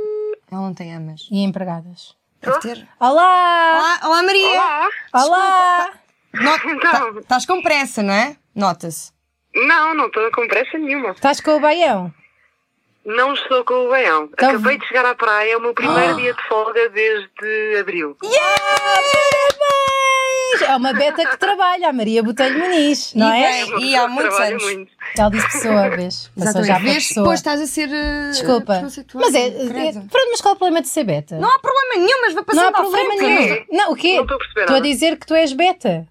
[SPEAKER 2] Ela não tem amas.
[SPEAKER 1] e empregadas.
[SPEAKER 2] Deve ter.
[SPEAKER 1] Olá!
[SPEAKER 2] Olá, olá Maria!
[SPEAKER 3] Ah.
[SPEAKER 2] tá,
[SPEAKER 3] Olá!
[SPEAKER 1] Olá!
[SPEAKER 3] Então.
[SPEAKER 2] Estás com pressa, não é? Nota-se.
[SPEAKER 3] Não, não estou com pressa nenhuma.
[SPEAKER 1] Estás com o baião?
[SPEAKER 3] Não estou com o baião.
[SPEAKER 1] Então-
[SPEAKER 3] Acabei de chegar à praia, é o meu primeiro
[SPEAKER 1] Ah.
[SPEAKER 3] dia de folga desde abril.
[SPEAKER 1] Parabéns! É uma beta que trabalha, a Maria Botelho Muniz, não
[SPEAKER 2] E
[SPEAKER 1] é?
[SPEAKER 2] bem, E há muitos
[SPEAKER 3] Trabalho
[SPEAKER 2] anos.
[SPEAKER 3] muito.
[SPEAKER 1] Ela disse pessoa, vez. Passou já para
[SPEAKER 2] Vês?
[SPEAKER 1] pessoa.
[SPEAKER 2] Depois estás a ser. eh,
[SPEAKER 1] Desculpa.
[SPEAKER 2] preconceituosa,
[SPEAKER 1] Mas é, é.
[SPEAKER 2] credo.
[SPEAKER 1] Pronto, mas qual é o problema de ser beta?
[SPEAKER 2] Não há problema nenhum, mas vai
[SPEAKER 1] Não há
[SPEAKER 2] passando à
[SPEAKER 1] problema
[SPEAKER 2] frente.
[SPEAKER 1] nenhum. Não, o quê?
[SPEAKER 3] Não estou a perceber
[SPEAKER 1] Estou a
[SPEAKER 3] nada.
[SPEAKER 1] dizer que tu és beta.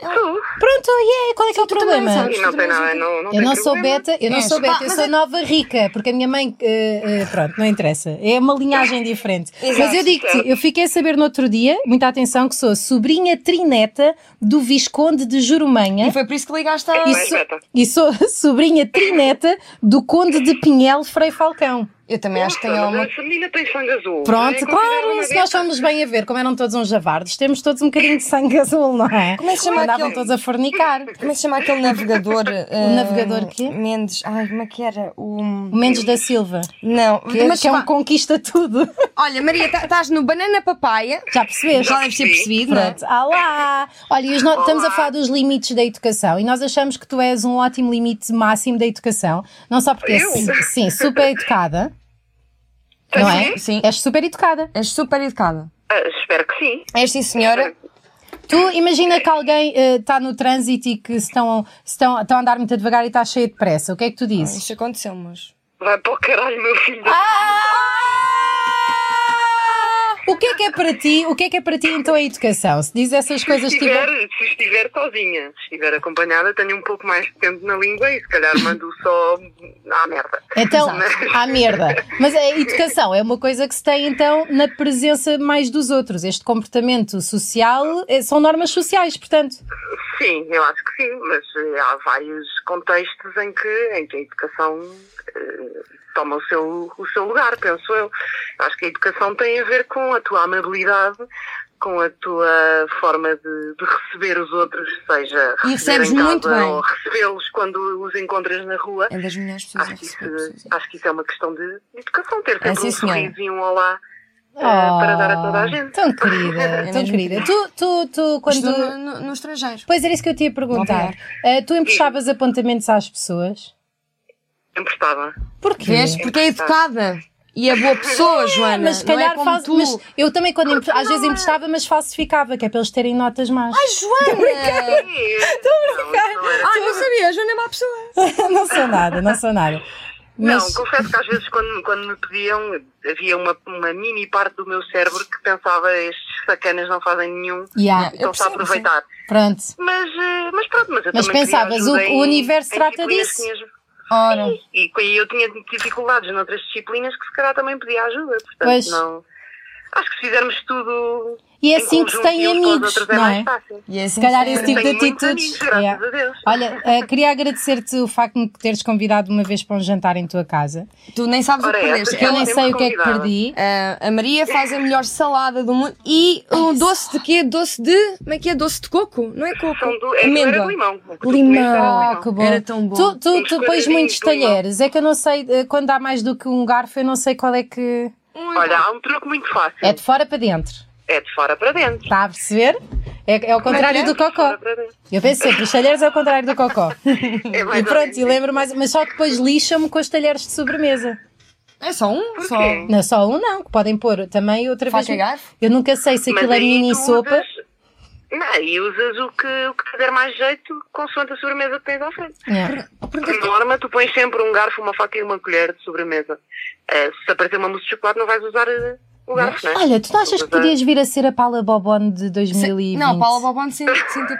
[SPEAKER 3] Sou.
[SPEAKER 1] Pronto, e yeah, qual é que é o
[SPEAKER 2] também
[SPEAKER 1] problema?
[SPEAKER 2] sabes.
[SPEAKER 3] E não tem nada, não, não
[SPEAKER 1] Eu
[SPEAKER 3] tem
[SPEAKER 1] não sou
[SPEAKER 3] problema.
[SPEAKER 1] beta, eu não
[SPEAKER 2] És.
[SPEAKER 1] sou
[SPEAKER 2] Pá,
[SPEAKER 1] beta, eu
[SPEAKER 2] mas
[SPEAKER 1] sou
[SPEAKER 2] é-
[SPEAKER 1] nova rica, porque a minha mãe, eh, eh, pronto, não interessa. É uma linhagem diferente.
[SPEAKER 2] Exato,
[SPEAKER 1] mas eu digo-te, eu fiquei a saber no outro dia, muita atenção, que sou sobrinha trineta do Visconde de Jurumanha.
[SPEAKER 2] E foi por isso que ligaste a.
[SPEAKER 3] Não
[SPEAKER 1] Isso-
[SPEAKER 3] és beta.
[SPEAKER 1] E sou [LAUGHS] sobrinha trineta do Conde de Pinhel Frei Falcão.
[SPEAKER 2] Eu também acho que tem
[SPEAKER 3] Nossa,
[SPEAKER 2] alguma.
[SPEAKER 3] mas Essa menina tem sangue azul.
[SPEAKER 1] Pronto,
[SPEAKER 3] É considerada
[SPEAKER 1] claro,
[SPEAKER 3] uma
[SPEAKER 1] se nós
[SPEAKER 3] beta.
[SPEAKER 1] fomos bem a ver, como eram todos uns javardos, temos todos um bocadinho de sangue [LAUGHS] azul, não é?
[SPEAKER 2] Como é que se chama
[SPEAKER 1] Andavam
[SPEAKER 2] aquele-
[SPEAKER 1] todos a fornicar.
[SPEAKER 2] Como é que se chama aquele navegador? [LAUGHS] O
[SPEAKER 1] navegador quê?
[SPEAKER 2] Mendes. Ai, como é que era? O.
[SPEAKER 1] O Mendes da Silva,
[SPEAKER 2] Não,
[SPEAKER 1] que,
[SPEAKER 2] mas
[SPEAKER 1] que é um
[SPEAKER 2] vá.
[SPEAKER 1] conquista
[SPEAKER 2] [LAUGHS]
[SPEAKER 1] tudo.
[SPEAKER 2] Olha, Maria, tá- estás no Banana Papaya.
[SPEAKER 1] Já percebeste?
[SPEAKER 2] Já deves ter percebido, não é?
[SPEAKER 1] Pronto, alá! Olha, e os no- estamos a falar dos limites da educação e nós achamos que tu és um ótimo limite máximo da educação, não só porque és
[SPEAKER 3] Eu?
[SPEAKER 1] su- sim, super
[SPEAKER 2] [LAUGHS]
[SPEAKER 1] educada, não é?
[SPEAKER 2] Sim.
[SPEAKER 1] És super educada.
[SPEAKER 2] És super educada.
[SPEAKER 3] Ah, espero que sim.
[SPEAKER 2] És sim, senhora.
[SPEAKER 1] Tu imagina que alguém está no trânsito e que se estão, se estão, estão a andar muito devagar e está cheio de pressa. O que é que tu dizes?
[SPEAKER 2] Isso aconteceu, mas.
[SPEAKER 3] Vai para o caralho, meu filho.
[SPEAKER 1] Ah, O que é que é para ti? O que é que é para ti então a educação? Se diz essas
[SPEAKER 3] se,
[SPEAKER 1] coisas
[SPEAKER 3] estiver,
[SPEAKER 1] tipo.
[SPEAKER 3] se estiver sozinha, se estiver acompanhada, tenho um pouco mais de tempo na língua e se calhar mando só à merda.
[SPEAKER 1] Então, à merda. Mas a educação é uma coisa que se tem então na presença mais dos outros. Este comportamento social eh, são normas sociais, portanto.
[SPEAKER 3] Sim, eu acho que sim, mas eh, há vários contextos em que, em que a educação eh, toma o seu, o seu lugar, penso eu. Acho que a educação tem a ver com a tua amabilidade, com a tua forma de, de receber os outros, seja
[SPEAKER 2] E
[SPEAKER 3] receber
[SPEAKER 2] recebes
[SPEAKER 3] em casa
[SPEAKER 2] muito bem.
[SPEAKER 3] ou recebê-los quando os encontras na rua.
[SPEAKER 2] É das melhores pessoas a
[SPEAKER 3] Acho que,
[SPEAKER 2] receber
[SPEAKER 3] isso,
[SPEAKER 2] pessoas. assim.
[SPEAKER 3] acho que isso é uma questão de de educação, ter
[SPEAKER 2] É,
[SPEAKER 3] sempre
[SPEAKER 2] sim,
[SPEAKER 3] um
[SPEAKER 2] senhora.
[SPEAKER 3] sorriso e um olá eh, para dar a toda a
[SPEAKER 1] Oh,
[SPEAKER 3] gente.
[SPEAKER 1] Tão querida, tão
[SPEAKER 2] mesmo
[SPEAKER 1] querida. Tu, tu, tu, quando.
[SPEAKER 2] Estou no, no- no estrangeiro.
[SPEAKER 1] Pois era isso que eu te ia perguntar.
[SPEAKER 2] Obrigada.
[SPEAKER 1] Eh, tu emprestavas apontamentos às pessoas?
[SPEAKER 2] [LAUGHS]
[SPEAKER 3] Emprestava.
[SPEAKER 1] Porquê?
[SPEAKER 2] Vês? Porque é educada. E é boa pessoa, Joana.
[SPEAKER 1] Ah, Mas se calhar
[SPEAKER 2] não é como
[SPEAKER 1] faz-
[SPEAKER 2] tu.
[SPEAKER 1] mas eu também quando empre- às
[SPEAKER 3] é.
[SPEAKER 1] vezes emprestava, mas falsificava, que é para eles terem notas más.
[SPEAKER 2] Ai, Joana!
[SPEAKER 3] Estou a brincar.
[SPEAKER 2] Ai, não sabia, a Joana é má
[SPEAKER 1] [LAUGHS]
[SPEAKER 2] pessoa.
[SPEAKER 1] não sou nada, não sou nada. Mas
[SPEAKER 3] Não, confesso que às vezes quando, quando me pediam, havia uma, uma mini parte do meu cérebro que pensava estes sacanas não fazem nenhum,
[SPEAKER 1] Yeah,
[SPEAKER 2] Eu
[SPEAKER 3] estão-se a
[SPEAKER 2] percebo,
[SPEAKER 3] aproveitar.
[SPEAKER 1] pronto.
[SPEAKER 3] Mas, eh, mas pronto, mas eu
[SPEAKER 1] Mas
[SPEAKER 3] também queria
[SPEAKER 1] pensavas,
[SPEAKER 3] ajuda
[SPEAKER 1] o-
[SPEAKER 3] em-
[SPEAKER 1] o universo
[SPEAKER 3] em
[SPEAKER 1] trata
[SPEAKER 3] disciplinas
[SPEAKER 1] disso?
[SPEAKER 3] que tinha ajuda.
[SPEAKER 2] Ora.
[SPEAKER 3] E que eu tinha dificuldades noutras disciplinas que se calhar também pedia ajuda, portanto
[SPEAKER 1] Pois.
[SPEAKER 3] não... Acho que se fizermos tudo
[SPEAKER 1] E é
[SPEAKER 3] em
[SPEAKER 1] assim que se
[SPEAKER 3] conjunto
[SPEAKER 1] tem
[SPEAKER 3] e uns com os
[SPEAKER 1] amigos,
[SPEAKER 3] outros
[SPEAKER 1] não
[SPEAKER 3] mais
[SPEAKER 1] é?
[SPEAKER 3] fácil.
[SPEAKER 2] E é assim
[SPEAKER 1] Se calhar
[SPEAKER 2] que
[SPEAKER 1] esse
[SPEAKER 2] é.
[SPEAKER 1] tipo de
[SPEAKER 3] Tenho muitos
[SPEAKER 1] atitudes.
[SPEAKER 3] amigos, graças
[SPEAKER 1] Yeah.
[SPEAKER 3] a Deus.
[SPEAKER 1] Olha, eh, queria agradecer-te o facto de me teres convidado uma vez para um jantar em tua casa.
[SPEAKER 2] tipo, Tu nem sabes
[SPEAKER 3] Ora,
[SPEAKER 2] o que
[SPEAKER 3] essa
[SPEAKER 2] perdeste.
[SPEAKER 3] já
[SPEAKER 1] Que eu
[SPEAKER 3] Ela
[SPEAKER 1] nem
[SPEAKER 3] sempre
[SPEAKER 1] sei o que é que
[SPEAKER 3] convidada.
[SPEAKER 1] perdi.
[SPEAKER 2] Ah, a Maria faz a melhor salada do mundo. E um doce de quê? Doce de. Como é que é? Doce de coco? Não é coco?
[SPEAKER 3] São do, é, não era de limão. O que tu comias era de
[SPEAKER 1] Limão, ah,
[SPEAKER 3] limão.
[SPEAKER 1] que bom.
[SPEAKER 2] Era tão bom.
[SPEAKER 1] Tu, tu,
[SPEAKER 3] Uns
[SPEAKER 1] tu pões
[SPEAKER 3] quadradinhos
[SPEAKER 1] muitos
[SPEAKER 3] de limão.
[SPEAKER 1] talheres. É que eu não sei, eh, quando há mais do que um garfo, eu não sei qual é que.
[SPEAKER 3] Olha, há um truque muito fácil.
[SPEAKER 1] É de fora para dentro.
[SPEAKER 3] É de fora para dentro.
[SPEAKER 1] Está Tá a perceber? É, é o contrário
[SPEAKER 3] É
[SPEAKER 1] do
[SPEAKER 3] de fora
[SPEAKER 1] cocó.
[SPEAKER 3] para dentro.
[SPEAKER 1] Eu penso sempre, os talheres é o contrário do cocó.
[SPEAKER 3] [LAUGHS] É mais
[SPEAKER 1] E
[SPEAKER 3] ou
[SPEAKER 1] pronto, e
[SPEAKER 3] menos.
[SPEAKER 1] lembro mais. Mas só que depois lixam-me com os talheres de sobremesa.
[SPEAKER 2] É só um? Só.
[SPEAKER 3] quê?
[SPEAKER 1] Não, só um não, que podem pôr também outra
[SPEAKER 2] Faca e
[SPEAKER 1] vez.
[SPEAKER 2] garfo?
[SPEAKER 1] Eu nunca sei se
[SPEAKER 3] Mas
[SPEAKER 1] aquilo é
[SPEAKER 3] aí
[SPEAKER 1] mini
[SPEAKER 3] tu
[SPEAKER 1] sopa.
[SPEAKER 3] usas- Não, e usas o que, o que te der mais jeito consoante a sobremesa que tens à frente. [LAUGHS]
[SPEAKER 1] Yeah.
[SPEAKER 3] Por
[SPEAKER 1] então-
[SPEAKER 3] norma, tu pões sempre um garfo, uma faca e uma colher de sobremesa. Eh, se aparecer uma mousse de chocolate, não vais usar eh, o garfo, não é?
[SPEAKER 1] Olha, tu não achas que podias vir a ser a Paula Bobone de 2020?
[SPEAKER 2] Não, Paula Bobon sem,
[SPEAKER 3] [LAUGHS]
[SPEAKER 2] sem ter.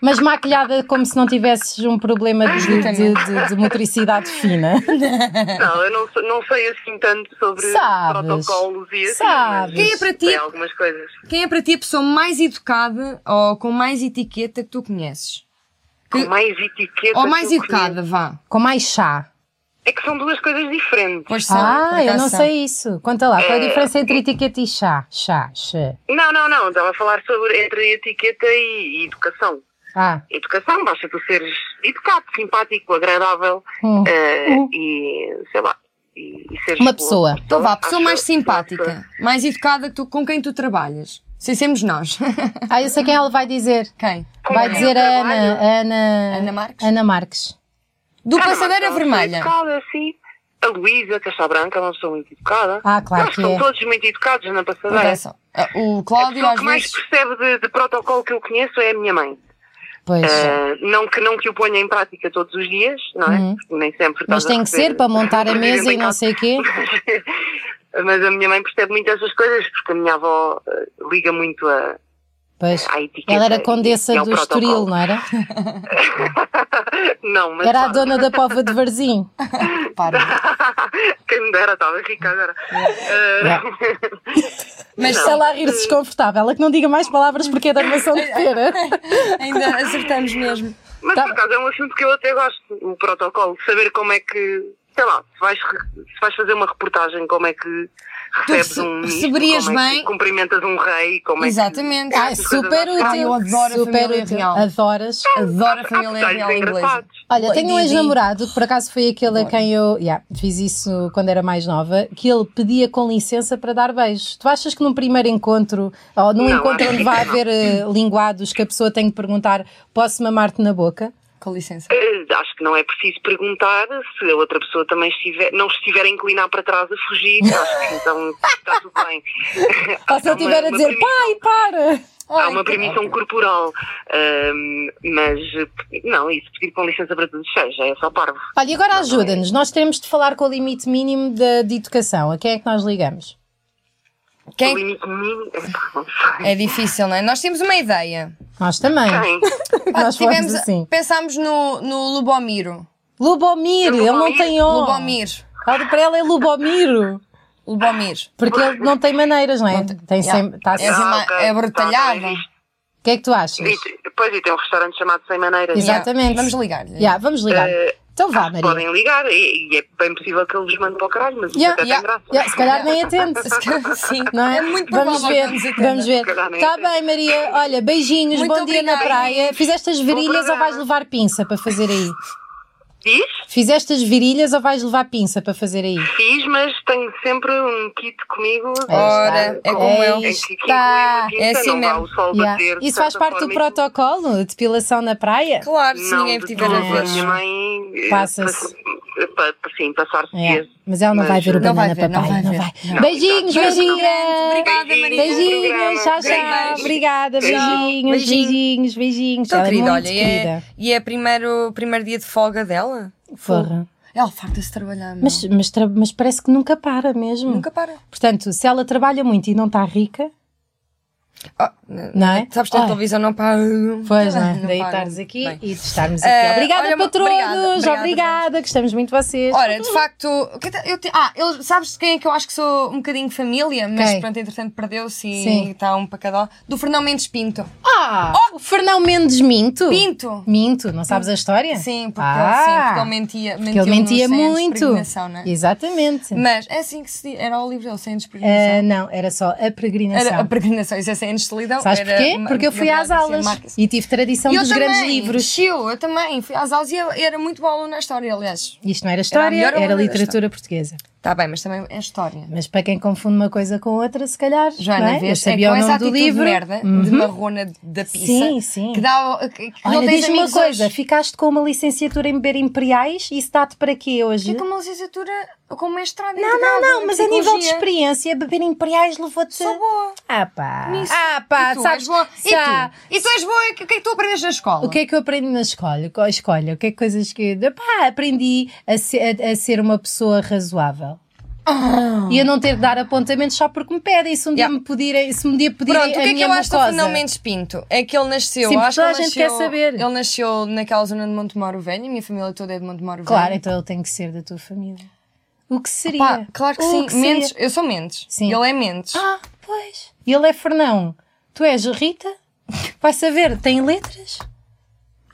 [SPEAKER 1] Mas maquilhada como se não tivesses um problema de, de- de- de motricidade
[SPEAKER 3] [LAUGHS]
[SPEAKER 1] fina.
[SPEAKER 3] Não, eu não, sou- não sei assim tanto sobre
[SPEAKER 1] Sabes.
[SPEAKER 3] protocolos e assim.
[SPEAKER 1] Sabes.
[SPEAKER 2] Quem é para ti?
[SPEAKER 3] Tem algumas coisas.
[SPEAKER 2] Quem é para ti a pessoa mais educada ou com mais etiqueta que tu conheces? Que-
[SPEAKER 3] Com mais etiqueta.
[SPEAKER 2] ou mais
[SPEAKER 3] que eu conheço.
[SPEAKER 2] educada, vá.
[SPEAKER 1] Com mais chá.
[SPEAKER 3] É que são duas coisas diferentes.
[SPEAKER 2] Pois são, por
[SPEAKER 1] Ah, eu
[SPEAKER 2] acaso
[SPEAKER 1] não
[SPEAKER 2] são.
[SPEAKER 1] sei isso. Conta lá,
[SPEAKER 3] É,
[SPEAKER 1] qual é a diferença entre etiqueta e chá? Chá, chá.
[SPEAKER 3] Não, não, não. Estava a falar sobre entre etiqueta e, e educação.
[SPEAKER 1] Ah,
[SPEAKER 3] Educação, basta tu seres educado, simpático, agradável
[SPEAKER 1] hum.
[SPEAKER 3] eh,
[SPEAKER 1] Hum.
[SPEAKER 3] e sei lá. E, e seres
[SPEAKER 1] Uma
[SPEAKER 3] boa
[SPEAKER 1] pessoa.
[SPEAKER 2] Então vá, a pessoa
[SPEAKER 3] acho
[SPEAKER 2] mais
[SPEAKER 3] que-
[SPEAKER 2] simpática, mais educada que tu, com quem tu trabalhas. Sem sermos nós. [LAUGHS]
[SPEAKER 1] ah, eu sei quem ela vai dizer.
[SPEAKER 2] quem?
[SPEAKER 3] Com
[SPEAKER 1] Vai
[SPEAKER 3] quem
[SPEAKER 1] dizer
[SPEAKER 3] eu
[SPEAKER 1] a Ana,
[SPEAKER 3] trabalho.
[SPEAKER 1] a Ana.
[SPEAKER 2] Ana Marques?
[SPEAKER 1] Ana Marques.
[SPEAKER 2] Do
[SPEAKER 3] Ah, não,
[SPEAKER 2] Passadeira
[SPEAKER 3] mas
[SPEAKER 2] Vermelha.
[SPEAKER 3] são educadas, sim. A Luísa, Caixa Branca, não sou muito educada.
[SPEAKER 1] Ah, claro
[SPEAKER 3] Nós
[SPEAKER 1] que
[SPEAKER 3] são
[SPEAKER 1] é.
[SPEAKER 3] todos muito educados na passadeira.
[SPEAKER 2] Atenção. Ah, O
[SPEAKER 3] A
[SPEAKER 2] Cláudio
[SPEAKER 3] pessoa
[SPEAKER 2] às
[SPEAKER 3] que É um mais
[SPEAKER 2] vezes.
[SPEAKER 3] percebe de, de protocolo que eu conheço é a minha mãe.
[SPEAKER 1] Pois. é.
[SPEAKER 3] Eh, não, que, não que o ponha em prática todos os dias, não é?
[SPEAKER 1] Uhum.
[SPEAKER 3] Nem sempre.
[SPEAKER 1] Mas
[SPEAKER 3] estás a
[SPEAKER 1] tem que
[SPEAKER 3] receber-
[SPEAKER 1] ser para montar a mesa e não sei o quê.
[SPEAKER 3] Mas a minha mãe percebe muito essas coisas, porque a minha avó eh, liga muito a, [LAUGHS]
[SPEAKER 1] Pois.
[SPEAKER 3] à etiqueta.
[SPEAKER 1] Ela
[SPEAKER 3] e-
[SPEAKER 1] era condessa
[SPEAKER 3] e ao
[SPEAKER 1] do Estoril,
[SPEAKER 3] protocolo.
[SPEAKER 1] não era?
[SPEAKER 3] não, mas
[SPEAKER 1] Era a
[SPEAKER 3] pá,
[SPEAKER 1] dona da pova de Varzim.
[SPEAKER 2] Para.
[SPEAKER 3] [LAUGHS] Quem me dera, estava rica agora. Eh,
[SPEAKER 2] Mas
[SPEAKER 1] Se ela a rir desconfortável, ela que não diga mais palavras porque é da armação de pera.
[SPEAKER 2] ainda acertamos mesmo.
[SPEAKER 3] [LAUGHS] Mas
[SPEAKER 1] Tá.
[SPEAKER 3] por acaso é um assunto que eu até gosto, o protocolo, saber como é que, sei lá, se vais, re- se vais fazer uma reportagem, como é que recebes
[SPEAKER 2] rece-
[SPEAKER 3] um ministro,
[SPEAKER 2] receberias
[SPEAKER 3] como é que
[SPEAKER 2] bem.
[SPEAKER 3] cumprimentas um rei, como [LAUGHS]
[SPEAKER 2] Exatamente.
[SPEAKER 1] Ah, super
[SPEAKER 3] assim.
[SPEAKER 1] útil.
[SPEAKER 2] Ah, eu adoro a
[SPEAKER 1] super
[SPEAKER 2] família
[SPEAKER 1] útil.
[SPEAKER 2] real.
[SPEAKER 1] Adoras.
[SPEAKER 2] Adoro a
[SPEAKER 3] é que... Há
[SPEAKER 2] família
[SPEAKER 3] detalhes
[SPEAKER 2] real inglesa.
[SPEAKER 3] engraçados.
[SPEAKER 1] Olha, tenho um
[SPEAKER 2] Didi.
[SPEAKER 1] ex-namorado, que por acaso foi aquele a quem eu yeah, fiz isso quando era mais nova, que ele pedia com licença para dar beijos. Tu achas que num primeiro encontro, ou num
[SPEAKER 3] Não,
[SPEAKER 1] encontro
[SPEAKER 3] acho
[SPEAKER 1] onde
[SPEAKER 3] que
[SPEAKER 1] vai
[SPEAKER 3] não.
[SPEAKER 1] haver eh, linguados que a pessoa tem que perguntar posso mamar-te na boca?
[SPEAKER 2] Com licença.
[SPEAKER 3] Eh, Acho que não é preciso perguntar se a outra pessoa também estiver, não estiver a inclinar para trás a fugir. Acho que então está tudo
[SPEAKER 1] [LAUGHS]
[SPEAKER 3] bem.
[SPEAKER 1] Ou se
[SPEAKER 3] Há
[SPEAKER 1] ele
[SPEAKER 3] uma-
[SPEAKER 1] estiver a
[SPEAKER 3] Então, uma
[SPEAKER 1] dizer
[SPEAKER 3] premissa-
[SPEAKER 1] pai, para!
[SPEAKER 3] Há
[SPEAKER 2] Ai,
[SPEAKER 3] uma
[SPEAKER 2] que-
[SPEAKER 3] permissão corporal. Ahm, mas, eh, não, isso pedir com licença para todos seja, é só parvo.
[SPEAKER 1] Olha, e agora ajuda-nos, nós temos de falar com o limite mínimo de, de educação. A quem é que nós ligamos?
[SPEAKER 3] O
[SPEAKER 2] Quem...
[SPEAKER 3] limite mínimo. Epá, não sei.
[SPEAKER 2] É difícil, não é? Nós temos uma ideia.
[SPEAKER 1] Nós também.
[SPEAKER 3] Quem?
[SPEAKER 1] Nós fomos
[SPEAKER 2] Tivemos-
[SPEAKER 1] assim.
[SPEAKER 2] Pensámos no, no Lubomiro.
[SPEAKER 1] Lubomir, ele não
[SPEAKER 3] Lubomir,
[SPEAKER 1] tem O.
[SPEAKER 2] Lubomir.
[SPEAKER 1] Ela- Para ela é Lubomiro.
[SPEAKER 2] Lubomir.
[SPEAKER 1] Porque ele não tem maneiras, não é? Tem
[SPEAKER 2] Yeah.
[SPEAKER 1] sempre, tá
[SPEAKER 2] É
[SPEAKER 1] sempre-
[SPEAKER 2] uma-
[SPEAKER 3] Ah, ok.
[SPEAKER 2] é brutalhada.
[SPEAKER 3] Tá bem visto.
[SPEAKER 1] O que é que tu achas?
[SPEAKER 3] E te- Pois, e tem um restaurante chamado Sem Maneiras.
[SPEAKER 1] Exato. Exatamente.
[SPEAKER 2] Vamos ligar-lhe.
[SPEAKER 1] Yeah, vamos ligar.
[SPEAKER 3] Eh,
[SPEAKER 1] então vá,
[SPEAKER 3] Acho que
[SPEAKER 1] Maria.
[SPEAKER 3] Podem ligar, e, e é bem possível que ele vos mande para o caralho, mas isso é
[SPEAKER 1] Yeah,
[SPEAKER 3] até tem
[SPEAKER 2] yeah,
[SPEAKER 3] graça.
[SPEAKER 1] Yeah, se calhar nem atende.
[SPEAKER 2] Se
[SPEAKER 3] [LAUGHS]
[SPEAKER 2] calhar Sim.
[SPEAKER 1] Não é?
[SPEAKER 2] É muito
[SPEAKER 1] vamos
[SPEAKER 2] provável
[SPEAKER 1] ver,
[SPEAKER 2] que nos atenda.
[SPEAKER 1] vamos ver.
[SPEAKER 3] Se calhar nem
[SPEAKER 1] Tá
[SPEAKER 3] atende.
[SPEAKER 1] bem, Maria. Olha, beijinhos,
[SPEAKER 2] Muito
[SPEAKER 1] bom dia na
[SPEAKER 2] obrigada.
[SPEAKER 1] praia. Fizeste as virilhas ou
[SPEAKER 3] programa.
[SPEAKER 1] vais levar pinça para fazer aí?
[SPEAKER 3] Fiz,
[SPEAKER 1] Fizeste as virilhas ou vais levar pinça para fazer aí?
[SPEAKER 3] fiz, mas tenho sempre um kit comigo.
[SPEAKER 2] Ora, é como
[SPEAKER 1] É
[SPEAKER 2] eu.
[SPEAKER 3] Em
[SPEAKER 1] isto. tá.
[SPEAKER 3] que,
[SPEAKER 1] está.
[SPEAKER 3] que inclui uma tinta,
[SPEAKER 2] É assim
[SPEAKER 3] não dá
[SPEAKER 2] mesmo.
[SPEAKER 3] o sol
[SPEAKER 1] Yeah.
[SPEAKER 3] bater. de
[SPEAKER 1] Isso faz
[SPEAKER 3] certa
[SPEAKER 1] parte do
[SPEAKER 3] forma, isso-
[SPEAKER 1] protocolo? Depilação na praia?
[SPEAKER 2] Claro, se
[SPEAKER 3] Não, é
[SPEAKER 2] ninguém
[SPEAKER 3] de
[SPEAKER 2] tiver a
[SPEAKER 3] todo,
[SPEAKER 1] todas
[SPEAKER 2] ver.
[SPEAKER 1] as
[SPEAKER 3] minha mãe. eh,
[SPEAKER 1] Passa-se.
[SPEAKER 3] pa- pa- Sim, passar-se.
[SPEAKER 1] É, Mas ela não
[SPEAKER 3] Mas
[SPEAKER 1] vai ver o
[SPEAKER 2] não vai
[SPEAKER 1] banana
[SPEAKER 2] ver, não
[SPEAKER 1] papai.
[SPEAKER 2] vai
[SPEAKER 1] Não
[SPEAKER 2] ver.
[SPEAKER 1] vai.
[SPEAKER 2] Não.
[SPEAKER 1] Beijinhos,
[SPEAKER 2] Beijo
[SPEAKER 1] beijinhos.
[SPEAKER 2] grande. Obrigada, Maria.
[SPEAKER 1] Beijinhos, tchau, tchau.
[SPEAKER 2] Beijinhos.
[SPEAKER 1] Obrigada, beijinhos,
[SPEAKER 2] Beijinho.
[SPEAKER 1] beijinhos, beijinhos.
[SPEAKER 2] Tão
[SPEAKER 1] Ela é
[SPEAKER 2] Então, querida,
[SPEAKER 1] muito
[SPEAKER 2] olha, e é,
[SPEAKER 1] querida.
[SPEAKER 2] e é primeiro, primeiro dia de folga dela?
[SPEAKER 1] Forra.
[SPEAKER 2] Ela farta-se de trabalhar, mas
[SPEAKER 1] Mas, mas, tra- mas parece que nunca para mesmo.
[SPEAKER 2] nunca para.
[SPEAKER 1] Portanto, se ela trabalha muito e não está rica,
[SPEAKER 2] Ah,
[SPEAKER 1] não é?
[SPEAKER 2] sabes que a
[SPEAKER 1] Olha,
[SPEAKER 2] televisão não para.
[SPEAKER 1] Pois, não é? Daí
[SPEAKER 2] para.
[SPEAKER 1] estarmos aqui
[SPEAKER 2] Bem.
[SPEAKER 1] e de estarmos aqui.
[SPEAKER 2] Eh,
[SPEAKER 1] obrigada,
[SPEAKER 2] olha,
[SPEAKER 1] patronos!
[SPEAKER 2] obrigada,
[SPEAKER 1] Obrigada,
[SPEAKER 2] obrigada.
[SPEAKER 1] gostamos muito de vocês.
[SPEAKER 2] Ora, de facto, o que é que eu te- ah, eu, sabes de quem é que eu acho que sou um bocadinho família, mas
[SPEAKER 1] Quem?
[SPEAKER 2] pronto, entretanto perdeu-se
[SPEAKER 1] Sim.
[SPEAKER 2] e está um pacadó. Do Fernão Mendes Pinto.
[SPEAKER 1] ah, o Fernão Mendes Minto.
[SPEAKER 2] oh! Pinto!
[SPEAKER 1] Minto, não sabes a história?
[SPEAKER 2] Sim, porque, ele, sim,
[SPEAKER 1] Ah,
[SPEAKER 2] porque ele mentia,
[SPEAKER 1] porque ele mentia
[SPEAKER 2] nos censos de
[SPEAKER 1] muito.
[SPEAKER 2] peregrinação, Não é?
[SPEAKER 1] Exatamente.
[SPEAKER 2] Mas é assim que se diz, era o livro dele, sem
[SPEAKER 1] Ah,
[SPEAKER 2] despregnação.
[SPEAKER 1] não, era só a peregrinação.
[SPEAKER 2] Era a peregrinação, isso é sem solidão.
[SPEAKER 1] Sabes
[SPEAKER 2] era
[SPEAKER 1] porquê?
[SPEAKER 2] uma-
[SPEAKER 1] Porque eu fui
[SPEAKER 2] uma
[SPEAKER 1] às
[SPEAKER 2] viagem,
[SPEAKER 1] aulas
[SPEAKER 2] assim, marca-se.
[SPEAKER 1] e tive tradição
[SPEAKER 2] E eu
[SPEAKER 1] dos
[SPEAKER 2] também,
[SPEAKER 1] grandes livros.
[SPEAKER 2] Chiu, eu também fui às aulas e eu era muito boa aluna na história, aliás.
[SPEAKER 1] Isto não era história,
[SPEAKER 2] melhor
[SPEAKER 1] era,
[SPEAKER 2] aluna da
[SPEAKER 1] literatura portuguesa.
[SPEAKER 2] Está bem, mas também é história.
[SPEAKER 1] Mas para quem confunde uma coisa com outra, se calhar. não
[SPEAKER 2] Joana,
[SPEAKER 1] é? Eu
[SPEAKER 2] vês, é
[SPEAKER 1] sabia
[SPEAKER 2] com
[SPEAKER 1] o
[SPEAKER 2] essa
[SPEAKER 1] nome do
[SPEAKER 2] atitude
[SPEAKER 1] livro. Hum. Uhum.
[SPEAKER 2] merda, de marrona da pizza,
[SPEAKER 1] Sim, sim.
[SPEAKER 2] que dá... Que, que não
[SPEAKER 1] Olha,
[SPEAKER 2] tens
[SPEAKER 1] diz-me uma
[SPEAKER 2] amigos
[SPEAKER 1] coisa:
[SPEAKER 2] hoje. é
[SPEAKER 1] ficaste com uma licenciatura em beber imperiais, isso dá-te para quê hoje?
[SPEAKER 2] Fica uma licenciatura com um mestrado
[SPEAKER 1] Não, não, não, mas a nível de experiência, beber imperiais levou-te.
[SPEAKER 2] Sou boa.
[SPEAKER 1] Ah pá,
[SPEAKER 2] Nisso.
[SPEAKER 1] ah pá,
[SPEAKER 2] e tu
[SPEAKER 1] sabes,
[SPEAKER 2] és boa.
[SPEAKER 1] sa-
[SPEAKER 2] E tu? E tu és boa? O que é que tu aprendes na escola?
[SPEAKER 1] O que é que eu aprendi na escola? Co- Escolha, o que é que coisas que. Pá, aprendi a ser, a, a ser uma pessoa razoável.
[SPEAKER 2] Ah.
[SPEAKER 1] E a não ter de dar apontamentos só porque me pedem. Se um dia
[SPEAKER 2] Hum. Yeah.
[SPEAKER 1] me pedirem, se um dia pedirem
[SPEAKER 2] Pronto, o que
[SPEAKER 1] a
[SPEAKER 2] é que
[SPEAKER 1] minha
[SPEAKER 2] eu acho do
[SPEAKER 1] mucosa.
[SPEAKER 2] Fernão Mendes Pinto? É que ele nasceu.
[SPEAKER 1] Sim,
[SPEAKER 2] acho que
[SPEAKER 1] toda
[SPEAKER 2] ele
[SPEAKER 1] a gente quer
[SPEAKER 2] nasceu-
[SPEAKER 1] saber.
[SPEAKER 2] Ele nasceu naquela zona de Montemoro Velho, a minha família toda é de Montemoro
[SPEAKER 1] Claro,
[SPEAKER 2] Velho.
[SPEAKER 1] então ele tem que ser da tua família. O que seria?
[SPEAKER 2] Pá, claro que
[SPEAKER 1] O
[SPEAKER 2] sim.
[SPEAKER 1] Oh, que seria?
[SPEAKER 2] Mendes, eu sou Mendes.
[SPEAKER 1] Sim.
[SPEAKER 2] Ele é Mendes.
[SPEAKER 1] Ah, pois. E ele é Fernão. Tu és Rita? Vai saber, tem letras?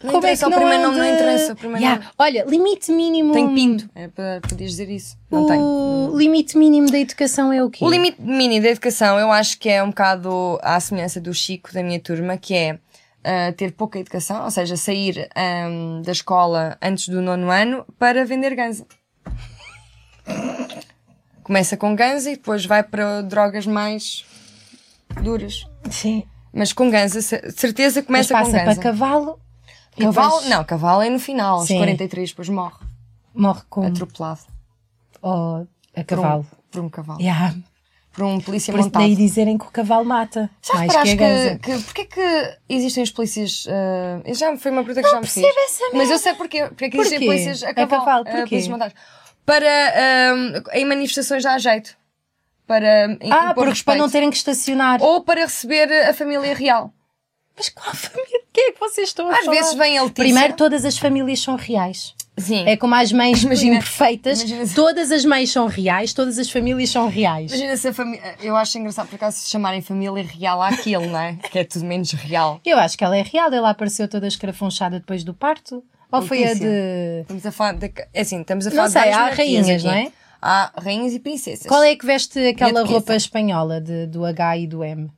[SPEAKER 1] é
[SPEAKER 2] Não interessa, o primeiro nome não interessa, o primeiro
[SPEAKER 1] Yeah,
[SPEAKER 2] nome.
[SPEAKER 1] Olha, limite mínimo.
[SPEAKER 2] Tenho pinto. É para podias dizer isso. Não tenho.
[SPEAKER 1] O limite mínimo da educação é o quê?
[SPEAKER 2] O limite mini da educação eu acho que é um bocado à semelhança do Chico da minha turma, que é ah, ter pouca educação, ou seja, sair ahm, da escola antes do nono ano para vender ganza. Começa com ganza e depois vai para drogas mais duras.
[SPEAKER 1] Sim.
[SPEAKER 2] Mas com ganza, cer- certeza
[SPEAKER 1] Mas
[SPEAKER 2] começa com
[SPEAKER 1] passa para
[SPEAKER 2] ganza.
[SPEAKER 1] cavalo. e
[SPEAKER 2] Cavalo,
[SPEAKER 1] depois
[SPEAKER 2] não, cavalo é no final, aos
[SPEAKER 1] Sim.
[SPEAKER 2] 43 depois morre,
[SPEAKER 1] Morre com.
[SPEAKER 2] atropelado.
[SPEAKER 1] ou a
[SPEAKER 2] Por um-
[SPEAKER 1] cavalo.
[SPEAKER 2] Por um, cavalo.
[SPEAKER 1] Yeah.
[SPEAKER 2] Por um polícia
[SPEAKER 1] Por isso
[SPEAKER 2] montado.
[SPEAKER 1] daí dizerem que o cavalo mata.
[SPEAKER 2] Já
[SPEAKER 1] mais que a
[SPEAKER 2] reparaste que,
[SPEAKER 1] ganza.
[SPEAKER 2] que, porque é que existem os polícias? ah, eu já foi uma pergunta que já me fiz.
[SPEAKER 1] percebo essa
[SPEAKER 2] Mas eu sei porquê. Porque é que existem
[SPEAKER 1] Porquê?
[SPEAKER 2] polícias
[SPEAKER 1] A
[SPEAKER 2] a cavalo.
[SPEAKER 1] cavalo,
[SPEAKER 2] ah,
[SPEAKER 1] porquê?
[SPEAKER 2] polícias montadas. Para ah, em manifestações dá jeito. Para im-
[SPEAKER 1] Ah,
[SPEAKER 2] impor
[SPEAKER 1] porque para não
[SPEAKER 2] respeito.
[SPEAKER 1] terem que estacionar.
[SPEAKER 2] Ou para receber a família real.
[SPEAKER 1] Oh, Mas qual família? De que é que vocês estão a
[SPEAKER 2] Às
[SPEAKER 1] falar?
[SPEAKER 2] vezes vem a Letícia.
[SPEAKER 1] Primeiro, todas as famílias são reais.
[SPEAKER 2] Sim.
[SPEAKER 1] É como as mães
[SPEAKER 2] Imagina-
[SPEAKER 1] imperfeitas,
[SPEAKER 2] imagina se-
[SPEAKER 1] todas as mães são reais, todas as famílias são reais.
[SPEAKER 2] Imagina se a família. Eu acho engraçado por acaso se chamarem família real àquilo, não é? Que é tudo menos real.
[SPEAKER 1] Eu acho que ela é real, ela apareceu toda escrafunchada depois do parto. Ou foi a
[SPEAKER 2] Letícia.
[SPEAKER 1] de.
[SPEAKER 2] Estamos a falar. De, é assim, estamos a
[SPEAKER 1] Não
[SPEAKER 2] falar
[SPEAKER 1] sei,
[SPEAKER 2] de várias
[SPEAKER 1] há
[SPEAKER 2] monarquias
[SPEAKER 1] rainhas,
[SPEAKER 2] aqui.
[SPEAKER 1] não é?
[SPEAKER 2] Há rainhas e princesas.
[SPEAKER 1] Qual é que veste aquela
[SPEAKER 2] Minha
[SPEAKER 1] roupa
[SPEAKER 2] defesa.
[SPEAKER 1] espanhola de, do H e do M?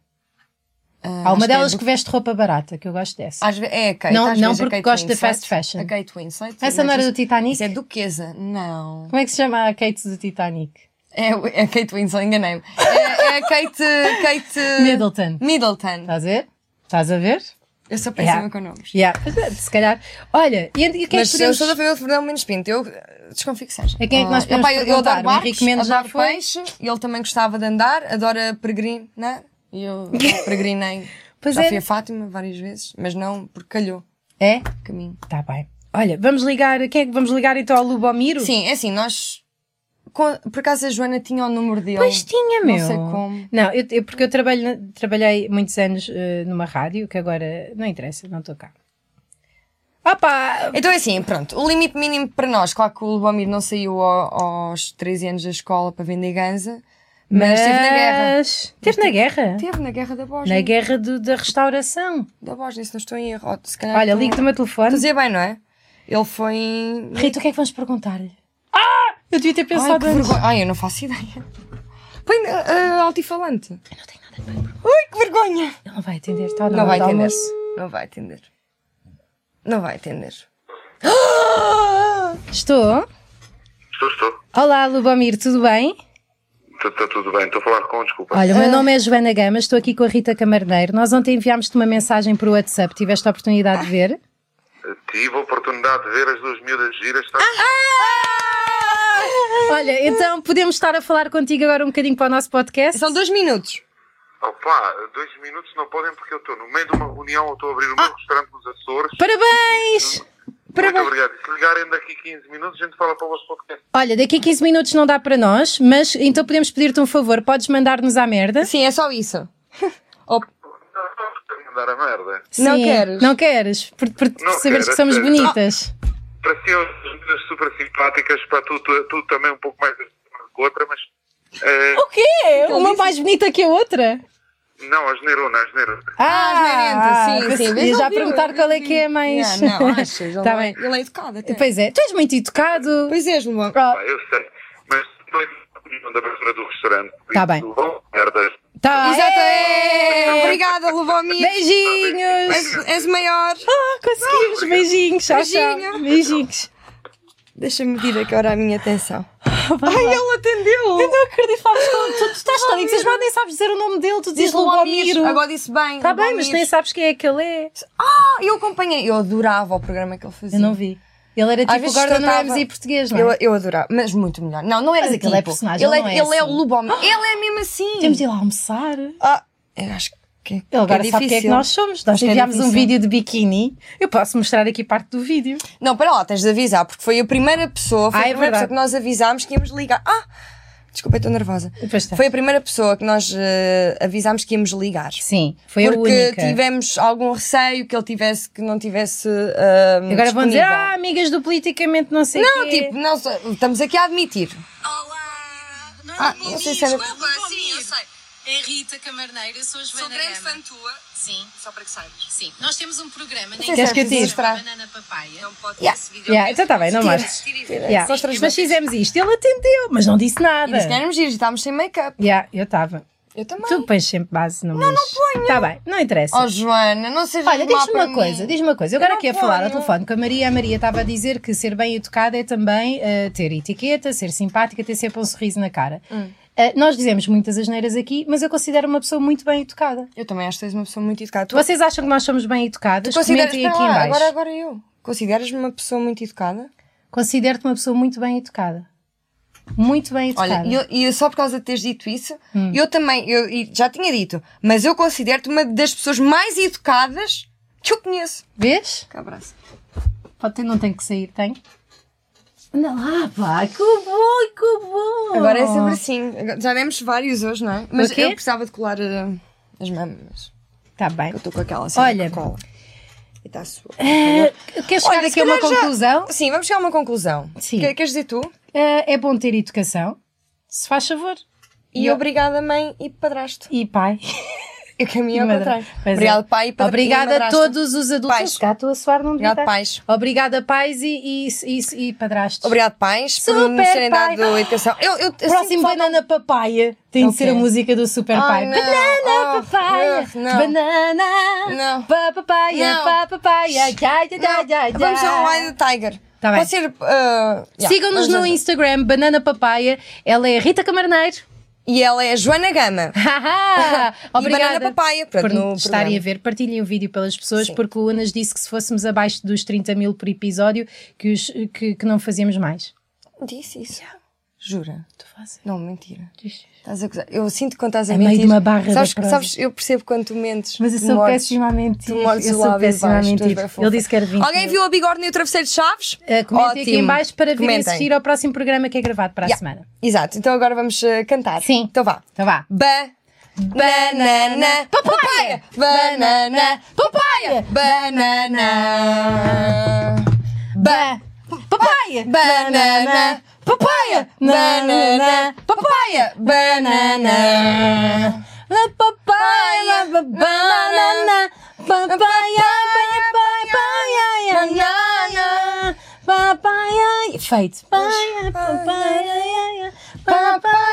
[SPEAKER 2] Ah,
[SPEAKER 1] Há
[SPEAKER 2] acho
[SPEAKER 1] uma
[SPEAKER 2] que é
[SPEAKER 1] delas
[SPEAKER 2] do-
[SPEAKER 1] que Ah. veste roupa barata, que eu gosto dessa.
[SPEAKER 2] Às ve- é a Kate,
[SPEAKER 1] Não-
[SPEAKER 2] às
[SPEAKER 1] não
[SPEAKER 2] vezes a
[SPEAKER 1] porque
[SPEAKER 2] Kate
[SPEAKER 1] gosto da
[SPEAKER 2] Winslet.
[SPEAKER 1] fast fashion.
[SPEAKER 2] A Kate Winslet.
[SPEAKER 1] Essa não era do Titanic?
[SPEAKER 2] Isso é duquesa. Não.
[SPEAKER 1] Como é que se chama a Kate do Titanic?
[SPEAKER 2] É, é a Kate Winslet, enganei-me. É, é a Kate,
[SPEAKER 1] Eh,
[SPEAKER 2] Kate...
[SPEAKER 1] [LAUGHS] Middleton.
[SPEAKER 2] Middleton.
[SPEAKER 1] Estás a ver? Estás a ver?
[SPEAKER 2] Eu sou péssima
[SPEAKER 1] Yeah.
[SPEAKER 2] com nomes.
[SPEAKER 1] Yeah. Mas, é, Se calhar. Olha, e, e quem é
[SPEAKER 2] Mas
[SPEAKER 1] que
[SPEAKER 2] eu
[SPEAKER 1] podemos...
[SPEAKER 2] sou da família de Fernão Menos Pinto. Eu eh, desconfio que seja.
[SPEAKER 1] A quem é que nós
[SPEAKER 2] Ah,
[SPEAKER 1] podemos
[SPEAKER 2] epá, eu, eu
[SPEAKER 1] perguntar?
[SPEAKER 2] adoro
[SPEAKER 1] O
[SPEAKER 2] barcos,
[SPEAKER 1] Henrique Mendes já
[SPEAKER 2] adoro
[SPEAKER 1] foi?
[SPEAKER 2] peixe. e Ele também gostava de andar. Adora peregrinar. E
[SPEAKER 1] [LAUGHS]
[SPEAKER 2] eu peregrinei.
[SPEAKER 1] Pois
[SPEAKER 2] já
[SPEAKER 1] é.
[SPEAKER 2] fui a Fátima várias vezes. Mas não, porque calhou
[SPEAKER 1] É?
[SPEAKER 2] o caminho.
[SPEAKER 1] Tá bem. Olha, vamos ligar. Quem é que vamos ligar então ao Lubomiro?
[SPEAKER 2] Sim, é assim, nós. com- Por acaso a Joana tinha o número dele.
[SPEAKER 1] Pois tinha, meu.
[SPEAKER 2] Não sei como.
[SPEAKER 1] Não, eu, eu- porque eu trabalho, na- trabalhei muitos anos eh, numa rádio, que agora não interessa, não estou cá. Opa!
[SPEAKER 2] Então é assim, pronto. O limite mínimo para nós, claro que o Lubomir não saiu ao- aos 13 anos da escola para vender ganza, mas, esteve na guerra.
[SPEAKER 1] Esteve na guerra?
[SPEAKER 2] Esteve na guerra da Bósnia.
[SPEAKER 1] Na guerra do- da restauração.
[SPEAKER 2] Da Bósnia, se não estou em erro. Ou Se calhar
[SPEAKER 1] Olha,
[SPEAKER 2] estou-
[SPEAKER 1] ligo-te o meu telefone.
[SPEAKER 2] Estou a dizer bem, não é? Ele foi. em-
[SPEAKER 1] Rita, o que é que vamos perguntar-lhe? Ah! Eu devia ter
[SPEAKER 2] Ai,
[SPEAKER 1] pensado
[SPEAKER 2] que
[SPEAKER 1] antes.
[SPEAKER 2] vergonha. Ai, eu não faço ideia. Põe ah, ah, altifalante.
[SPEAKER 1] Eu não tenho nada para perguntar.
[SPEAKER 2] Ai, que vergonha!
[SPEAKER 1] Ele não vai atender, está
[SPEAKER 2] Não vai atender.
[SPEAKER 1] Almoço.
[SPEAKER 2] Não vai atender. Não vai atender.
[SPEAKER 1] Estou?
[SPEAKER 4] Estou, estou.
[SPEAKER 1] Olá, Lubomir, tudo bem?
[SPEAKER 4] Está tudo bem. Estou a falar com, desculpa.
[SPEAKER 1] Olha, o meu nome é Joana Gama, estou aqui com a Rita Camarneiro. Nós ontem enviámos-te uma mensagem para o WhatsApp, tiveste a oportunidade de ver?
[SPEAKER 4] Tive a oportunidade de ver as duas miúdas giras. tá? Está...
[SPEAKER 1] [LAUGHS] Olha, então podemos estar a falar contigo agora um bocadinho para o nosso podcast?
[SPEAKER 2] São dois minutos.
[SPEAKER 1] Ah!
[SPEAKER 4] Opa, dois minutos não podem porque eu estou no meio de uma reunião. Eu estou a abrir o meu
[SPEAKER 1] Ah!
[SPEAKER 4] restaurante nos Açores.
[SPEAKER 1] Parabéns!
[SPEAKER 4] Muito obrigado. E se ligarem daqui 15 minutos, a gente fala para o vosso podcast.
[SPEAKER 1] Olha, daqui a 15 minutos não dá para nós, mas então podemos pedir-te um favor, podes mandar-nos à merda?
[SPEAKER 2] Sim, é só
[SPEAKER 1] [LAUGHS]
[SPEAKER 2] isso. Ou-
[SPEAKER 4] Mandar a merda.
[SPEAKER 2] Não queres?
[SPEAKER 1] Não queres, por, por
[SPEAKER 4] Não
[SPEAKER 1] saberes
[SPEAKER 4] quero,
[SPEAKER 1] que somos
[SPEAKER 4] sério.
[SPEAKER 1] bonitas.
[SPEAKER 4] Para si, as miúdas super simpáticas. Para tu, tu, tu também um pouco mais uma que a outra, mas... eh,
[SPEAKER 1] Ah, O quê? Uma mais bonita que a outra?
[SPEAKER 4] não, a generona, a generona.
[SPEAKER 2] Ah, as neirentas, sim, sim.
[SPEAKER 1] pensei- ia
[SPEAKER 2] Mas
[SPEAKER 1] já
[SPEAKER 2] ele viu,
[SPEAKER 1] perguntar
[SPEAKER 2] ele
[SPEAKER 1] qual é que é
[SPEAKER 2] viu.
[SPEAKER 1] a mais. [LAUGHS]
[SPEAKER 2] Yeah, [LAUGHS] não, achas? Ele,
[SPEAKER 1] Tá
[SPEAKER 2] é-
[SPEAKER 1] bem.
[SPEAKER 2] ele é educado até.
[SPEAKER 1] Pois é, tu és muito educado.
[SPEAKER 2] Pois és, meu amor.
[SPEAKER 1] Oh,
[SPEAKER 4] Ah, eu sei. Mas estou a opinião da abertura do restaurante. por
[SPEAKER 1] Tá
[SPEAKER 4] isso,
[SPEAKER 1] bem.
[SPEAKER 4] Vão merdas.
[SPEAKER 1] tá.
[SPEAKER 2] Exato. é. Obrigada, Lubomir.
[SPEAKER 1] Beijinhos!
[SPEAKER 2] És, és maior.
[SPEAKER 1] Ah, conseguimos! Beijinhos! Tchau, tchau!
[SPEAKER 2] Beijinho.
[SPEAKER 1] Beijinhos!
[SPEAKER 2] Deixa-me vir agora a minha atenção. Ai, ele
[SPEAKER 1] Eu
[SPEAKER 2] atendeu.
[SPEAKER 1] não acredito, falas com tu, tu estás tão entusiasmado, nem sabes dizer o nome dele, tu dizes Lubomiro.
[SPEAKER 2] Agora disse bem.
[SPEAKER 1] Está Tá bem, mas
[SPEAKER 2] Lubomir.
[SPEAKER 1] nem sabes quem é que ele é.
[SPEAKER 2] Ah, eu acompanhei. Eu adorava o programa que ele fazia.
[SPEAKER 1] Eu não vi. Ele era
[SPEAKER 2] Às
[SPEAKER 1] tipo
[SPEAKER 2] vezes
[SPEAKER 1] agora não
[SPEAKER 2] tratava-
[SPEAKER 1] vamos em português, não é?
[SPEAKER 2] Eu, eu adorava, mas muito melhor. Não, não era
[SPEAKER 1] Mas aquele é
[SPEAKER 2] tipo.
[SPEAKER 1] personagem,
[SPEAKER 2] ele é,
[SPEAKER 1] não é
[SPEAKER 2] ele é o
[SPEAKER 1] assim.
[SPEAKER 2] lobomem.
[SPEAKER 1] [GASPS]
[SPEAKER 2] Ele é mesmo assim.
[SPEAKER 1] Temos de ir lá almoçar.
[SPEAKER 2] Ah, eu acho que. que
[SPEAKER 1] Ele agora sabe o
[SPEAKER 2] é
[SPEAKER 1] que é que
[SPEAKER 2] difícil.
[SPEAKER 1] nós somos. Nós
[SPEAKER 2] Acho que é
[SPEAKER 1] enviámos um
[SPEAKER 2] difícil.
[SPEAKER 1] vídeo de biquíni. Eu posso mostrar aqui parte do vídeo.
[SPEAKER 2] Não, para lá, tens de avisar, porque foi a primeira pessoa, foi
[SPEAKER 1] Ah,
[SPEAKER 2] a
[SPEAKER 1] é
[SPEAKER 2] primeira
[SPEAKER 1] verdade.
[SPEAKER 2] pessoa que nós avisámos que íamos ligar. Ah! Desculpa, eu estou nervosa.
[SPEAKER 1] Depois está.
[SPEAKER 2] Foi a primeira pessoa que nós eh, avisámos que íamos ligar.
[SPEAKER 1] Sim, foi a
[SPEAKER 2] porque
[SPEAKER 1] única.
[SPEAKER 2] tivemos algum receio que ele tivesse, que não tivesse. ah,
[SPEAKER 1] Agora vão dizer,
[SPEAKER 2] disponível.
[SPEAKER 1] ah, amigas do politicamente não sei
[SPEAKER 2] Não,
[SPEAKER 1] quê.
[SPEAKER 2] tipo, não, sei, estamos aqui a admitir.
[SPEAKER 5] Olá! Não é
[SPEAKER 2] Ah,
[SPEAKER 5] Nuno
[SPEAKER 2] não sei
[SPEAKER 5] Dias,
[SPEAKER 2] se era-
[SPEAKER 5] desculpa, sim, eu sei.
[SPEAKER 6] É Rita Camarneira, eu sou a
[SPEAKER 5] Sou
[SPEAKER 6] Joana
[SPEAKER 5] grande
[SPEAKER 6] Gama.
[SPEAKER 5] fã tua,
[SPEAKER 6] Sim,
[SPEAKER 5] só para que saibas.
[SPEAKER 6] sim. Nós temos um programa na
[SPEAKER 2] sei se
[SPEAKER 1] Queres que eu
[SPEAKER 6] internet
[SPEAKER 1] tire?
[SPEAKER 6] que se chama Banana Papaya.
[SPEAKER 5] Não pode
[SPEAKER 2] Yeah.
[SPEAKER 5] ter esse vídeo. é
[SPEAKER 1] Yeah, então está bem, não
[SPEAKER 2] Tira.
[SPEAKER 1] mais.
[SPEAKER 5] Tira.
[SPEAKER 1] Yeah.
[SPEAKER 2] Só os três
[SPEAKER 1] Mas
[SPEAKER 2] juntos.
[SPEAKER 1] fizemos isto, ele atendeu, mas não disse
[SPEAKER 2] E
[SPEAKER 1] nada.
[SPEAKER 2] disse que éramos giros, e estávamos sem make-up.
[SPEAKER 1] Yeah, eu estava.
[SPEAKER 2] Eu também.
[SPEAKER 1] Tu pões sempre base no Não, não ponho. Está bem, não interessa.
[SPEAKER 2] Oh, Joana, não sejas
[SPEAKER 1] Olha,
[SPEAKER 2] má
[SPEAKER 1] diz-me
[SPEAKER 2] para
[SPEAKER 1] uma coisa,
[SPEAKER 2] mim.
[SPEAKER 1] diz-me uma coisa. Eu
[SPEAKER 2] Eu
[SPEAKER 1] agora
[SPEAKER 2] não
[SPEAKER 1] aqui a falar ao
[SPEAKER 2] ponho.
[SPEAKER 1] telefone com a Maria, a Maria estava a dizer que ser bem educada é também eh, ter etiqueta, ser simpática, ter sempre um sorriso na cara.
[SPEAKER 2] Hum.
[SPEAKER 1] Eh, nós dizemos muitas asneiras aqui, mas eu considero uma pessoa muito bem educada.
[SPEAKER 2] Eu também acho que és uma pessoa muito educada. Tu,
[SPEAKER 1] Vocês acham que nós somos bem educadas?
[SPEAKER 2] tu consideras
[SPEAKER 1] Comentem aqui
[SPEAKER 2] espera
[SPEAKER 1] em
[SPEAKER 2] lá,
[SPEAKER 1] baixo.
[SPEAKER 2] agora, agora eu. Consideras-me uma pessoa muito educada?
[SPEAKER 1] Considero-te uma pessoa muito bem educada. Muito bem educada.
[SPEAKER 2] Olha, e eu- e eu só por causa de teres dito isso, eu também, eu e já tinha dito, mas eu considero-te uma das pessoas mais educadas que eu conheço.
[SPEAKER 1] Vês?
[SPEAKER 2] Que abraço.
[SPEAKER 1] Pode ter, não tem que sair, tem? Anda lá, pá, que bom, que bom!
[SPEAKER 2] Agora é sempre assim. Agora- Já demos vários hoje, não é? Mas
[SPEAKER 1] O quê?
[SPEAKER 2] eu precisava de colar eh, as mamas.
[SPEAKER 1] Tá bem.
[SPEAKER 2] Eu estou com aquela cena
[SPEAKER 1] Olha.
[SPEAKER 2] que cola. E está sua.
[SPEAKER 1] Queres chegar
[SPEAKER 2] Eh, Olha,
[SPEAKER 1] aqui
[SPEAKER 2] se
[SPEAKER 1] a uma
[SPEAKER 2] calhar já-
[SPEAKER 1] conclusão?
[SPEAKER 2] Sim, vamos chegar a uma conclusão.
[SPEAKER 1] Sim.
[SPEAKER 2] Que- Queres dizer tu?
[SPEAKER 1] Eh, é bom ter educação, se faz favor.
[SPEAKER 2] E
[SPEAKER 1] Eu-
[SPEAKER 2] obrigada, mãe e padrasto.
[SPEAKER 1] E
[SPEAKER 2] [LAUGHS]
[SPEAKER 1] pai.
[SPEAKER 2] Eu caminho ao
[SPEAKER 1] Madra-
[SPEAKER 2] contrário.
[SPEAKER 1] Pois é.
[SPEAKER 2] Obrigado, pai e padrasto.
[SPEAKER 1] Obrigada a todos os adultos.
[SPEAKER 2] Pais.
[SPEAKER 1] Cá estou a suar, não devia
[SPEAKER 2] Obrigado,
[SPEAKER 1] estar.
[SPEAKER 2] pais.
[SPEAKER 1] Obrigada, pais e, e, e, e padrastos.
[SPEAKER 2] Obrigado, pais, por
[SPEAKER 1] Super
[SPEAKER 2] me terem
[SPEAKER 1] pai.
[SPEAKER 2] dado educação. Eu, eu, eu sinto
[SPEAKER 1] Próximo
[SPEAKER 2] falta-
[SPEAKER 1] Banana Papaya tem de
[SPEAKER 2] Ok.
[SPEAKER 1] ser a música do Super Pai.
[SPEAKER 2] Ai, não.
[SPEAKER 1] Banana
[SPEAKER 2] Oh,
[SPEAKER 1] Papaya,
[SPEAKER 2] não, não.
[SPEAKER 1] banana,
[SPEAKER 2] Não.
[SPEAKER 1] pa- papaya,
[SPEAKER 2] Não.
[SPEAKER 1] pa- papaya, já, já, já, já, já.
[SPEAKER 2] Não, Vamos ao Wild Tiger.
[SPEAKER 1] Tá bem.
[SPEAKER 2] Pode ser. uh, yeah,
[SPEAKER 1] Sigam-nos
[SPEAKER 2] vamos um-
[SPEAKER 1] no
[SPEAKER 2] lá.
[SPEAKER 1] Instagram, Banana Papaya. Ela é Rita Camarneiro.
[SPEAKER 2] E ela é a
[SPEAKER 1] [LAUGHS]
[SPEAKER 2] Joana Gama.
[SPEAKER 1] Haha!
[SPEAKER 2] E
[SPEAKER 1] Obrigada
[SPEAKER 2] Banana Papaya, pronto,
[SPEAKER 1] por
[SPEAKER 2] no
[SPEAKER 1] estarem a
[SPEAKER 2] programa.
[SPEAKER 1] ver. Partilhem o vídeo pelas pessoas,
[SPEAKER 2] Sim.
[SPEAKER 1] porque o Anas disse que se fôssemos abaixo dos 30 mil por episódio, que, os- que- que não fazíamos mais.
[SPEAKER 2] Disse isso. Jura?
[SPEAKER 1] Tu fazes.
[SPEAKER 2] Não, mentira. Estás a gozar. Eu sinto quando estás a
[SPEAKER 1] A É meio
[SPEAKER 2] mentir.
[SPEAKER 1] de uma barra da
[SPEAKER 2] sabes,
[SPEAKER 1] prova.
[SPEAKER 2] sabes, eu percebo quando tu mentes.
[SPEAKER 1] Mas eu
[SPEAKER 2] tu
[SPEAKER 1] sou
[SPEAKER 2] mordes.
[SPEAKER 1] péssima a mentir.
[SPEAKER 2] Tu mordes
[SPEAKER 1] Eu
[SPEAKER 2] o
[SPEAKER 1] sou
[SPEAKER 2] lábio
[SPEAKER 1] péssima a
[SPEAKER 2] abaixo, tu és
[SPEAKER 1] mentir.
[SPEAKER 2] bem fofa.
[SPEAKER 1] Ele disse que era 20
[SPEAKER 2] Alguém
[SPEAKER 1] mil.
[SPEAKER 2] viu a bigorna e o travesseiro de chaves?
[SPEAKER 1] Uh, comentem aqui em
[SPEAKER 2] Ótimo.
[SPEAKER 1] baixo para virem
[SPEAKER 2] Comentem.
[SPEAKER 1] assistir ao próximo programa que é gravado para a
[SPEAKER 2] Yeah.
[SPEAKER 1] semana.
[SPEAKER 2] Exato, então agora vamos eh, cantar.
[SPEAKER 1] Sim.
[SPEAKER 2] Então vá.
[SPEAKER 1] Então vá.
[SPEAKER 2] Ba banana papaya banana papaya banana ba
[SPEAKER 1] Papaya!
[SPEAKER 2] banana papaya banana papaya banana
[SPEAKER 1] La papaya, la banana, papaya, papaya, papaya, papaya, papaya, feito. Papaya, papaya, papaya,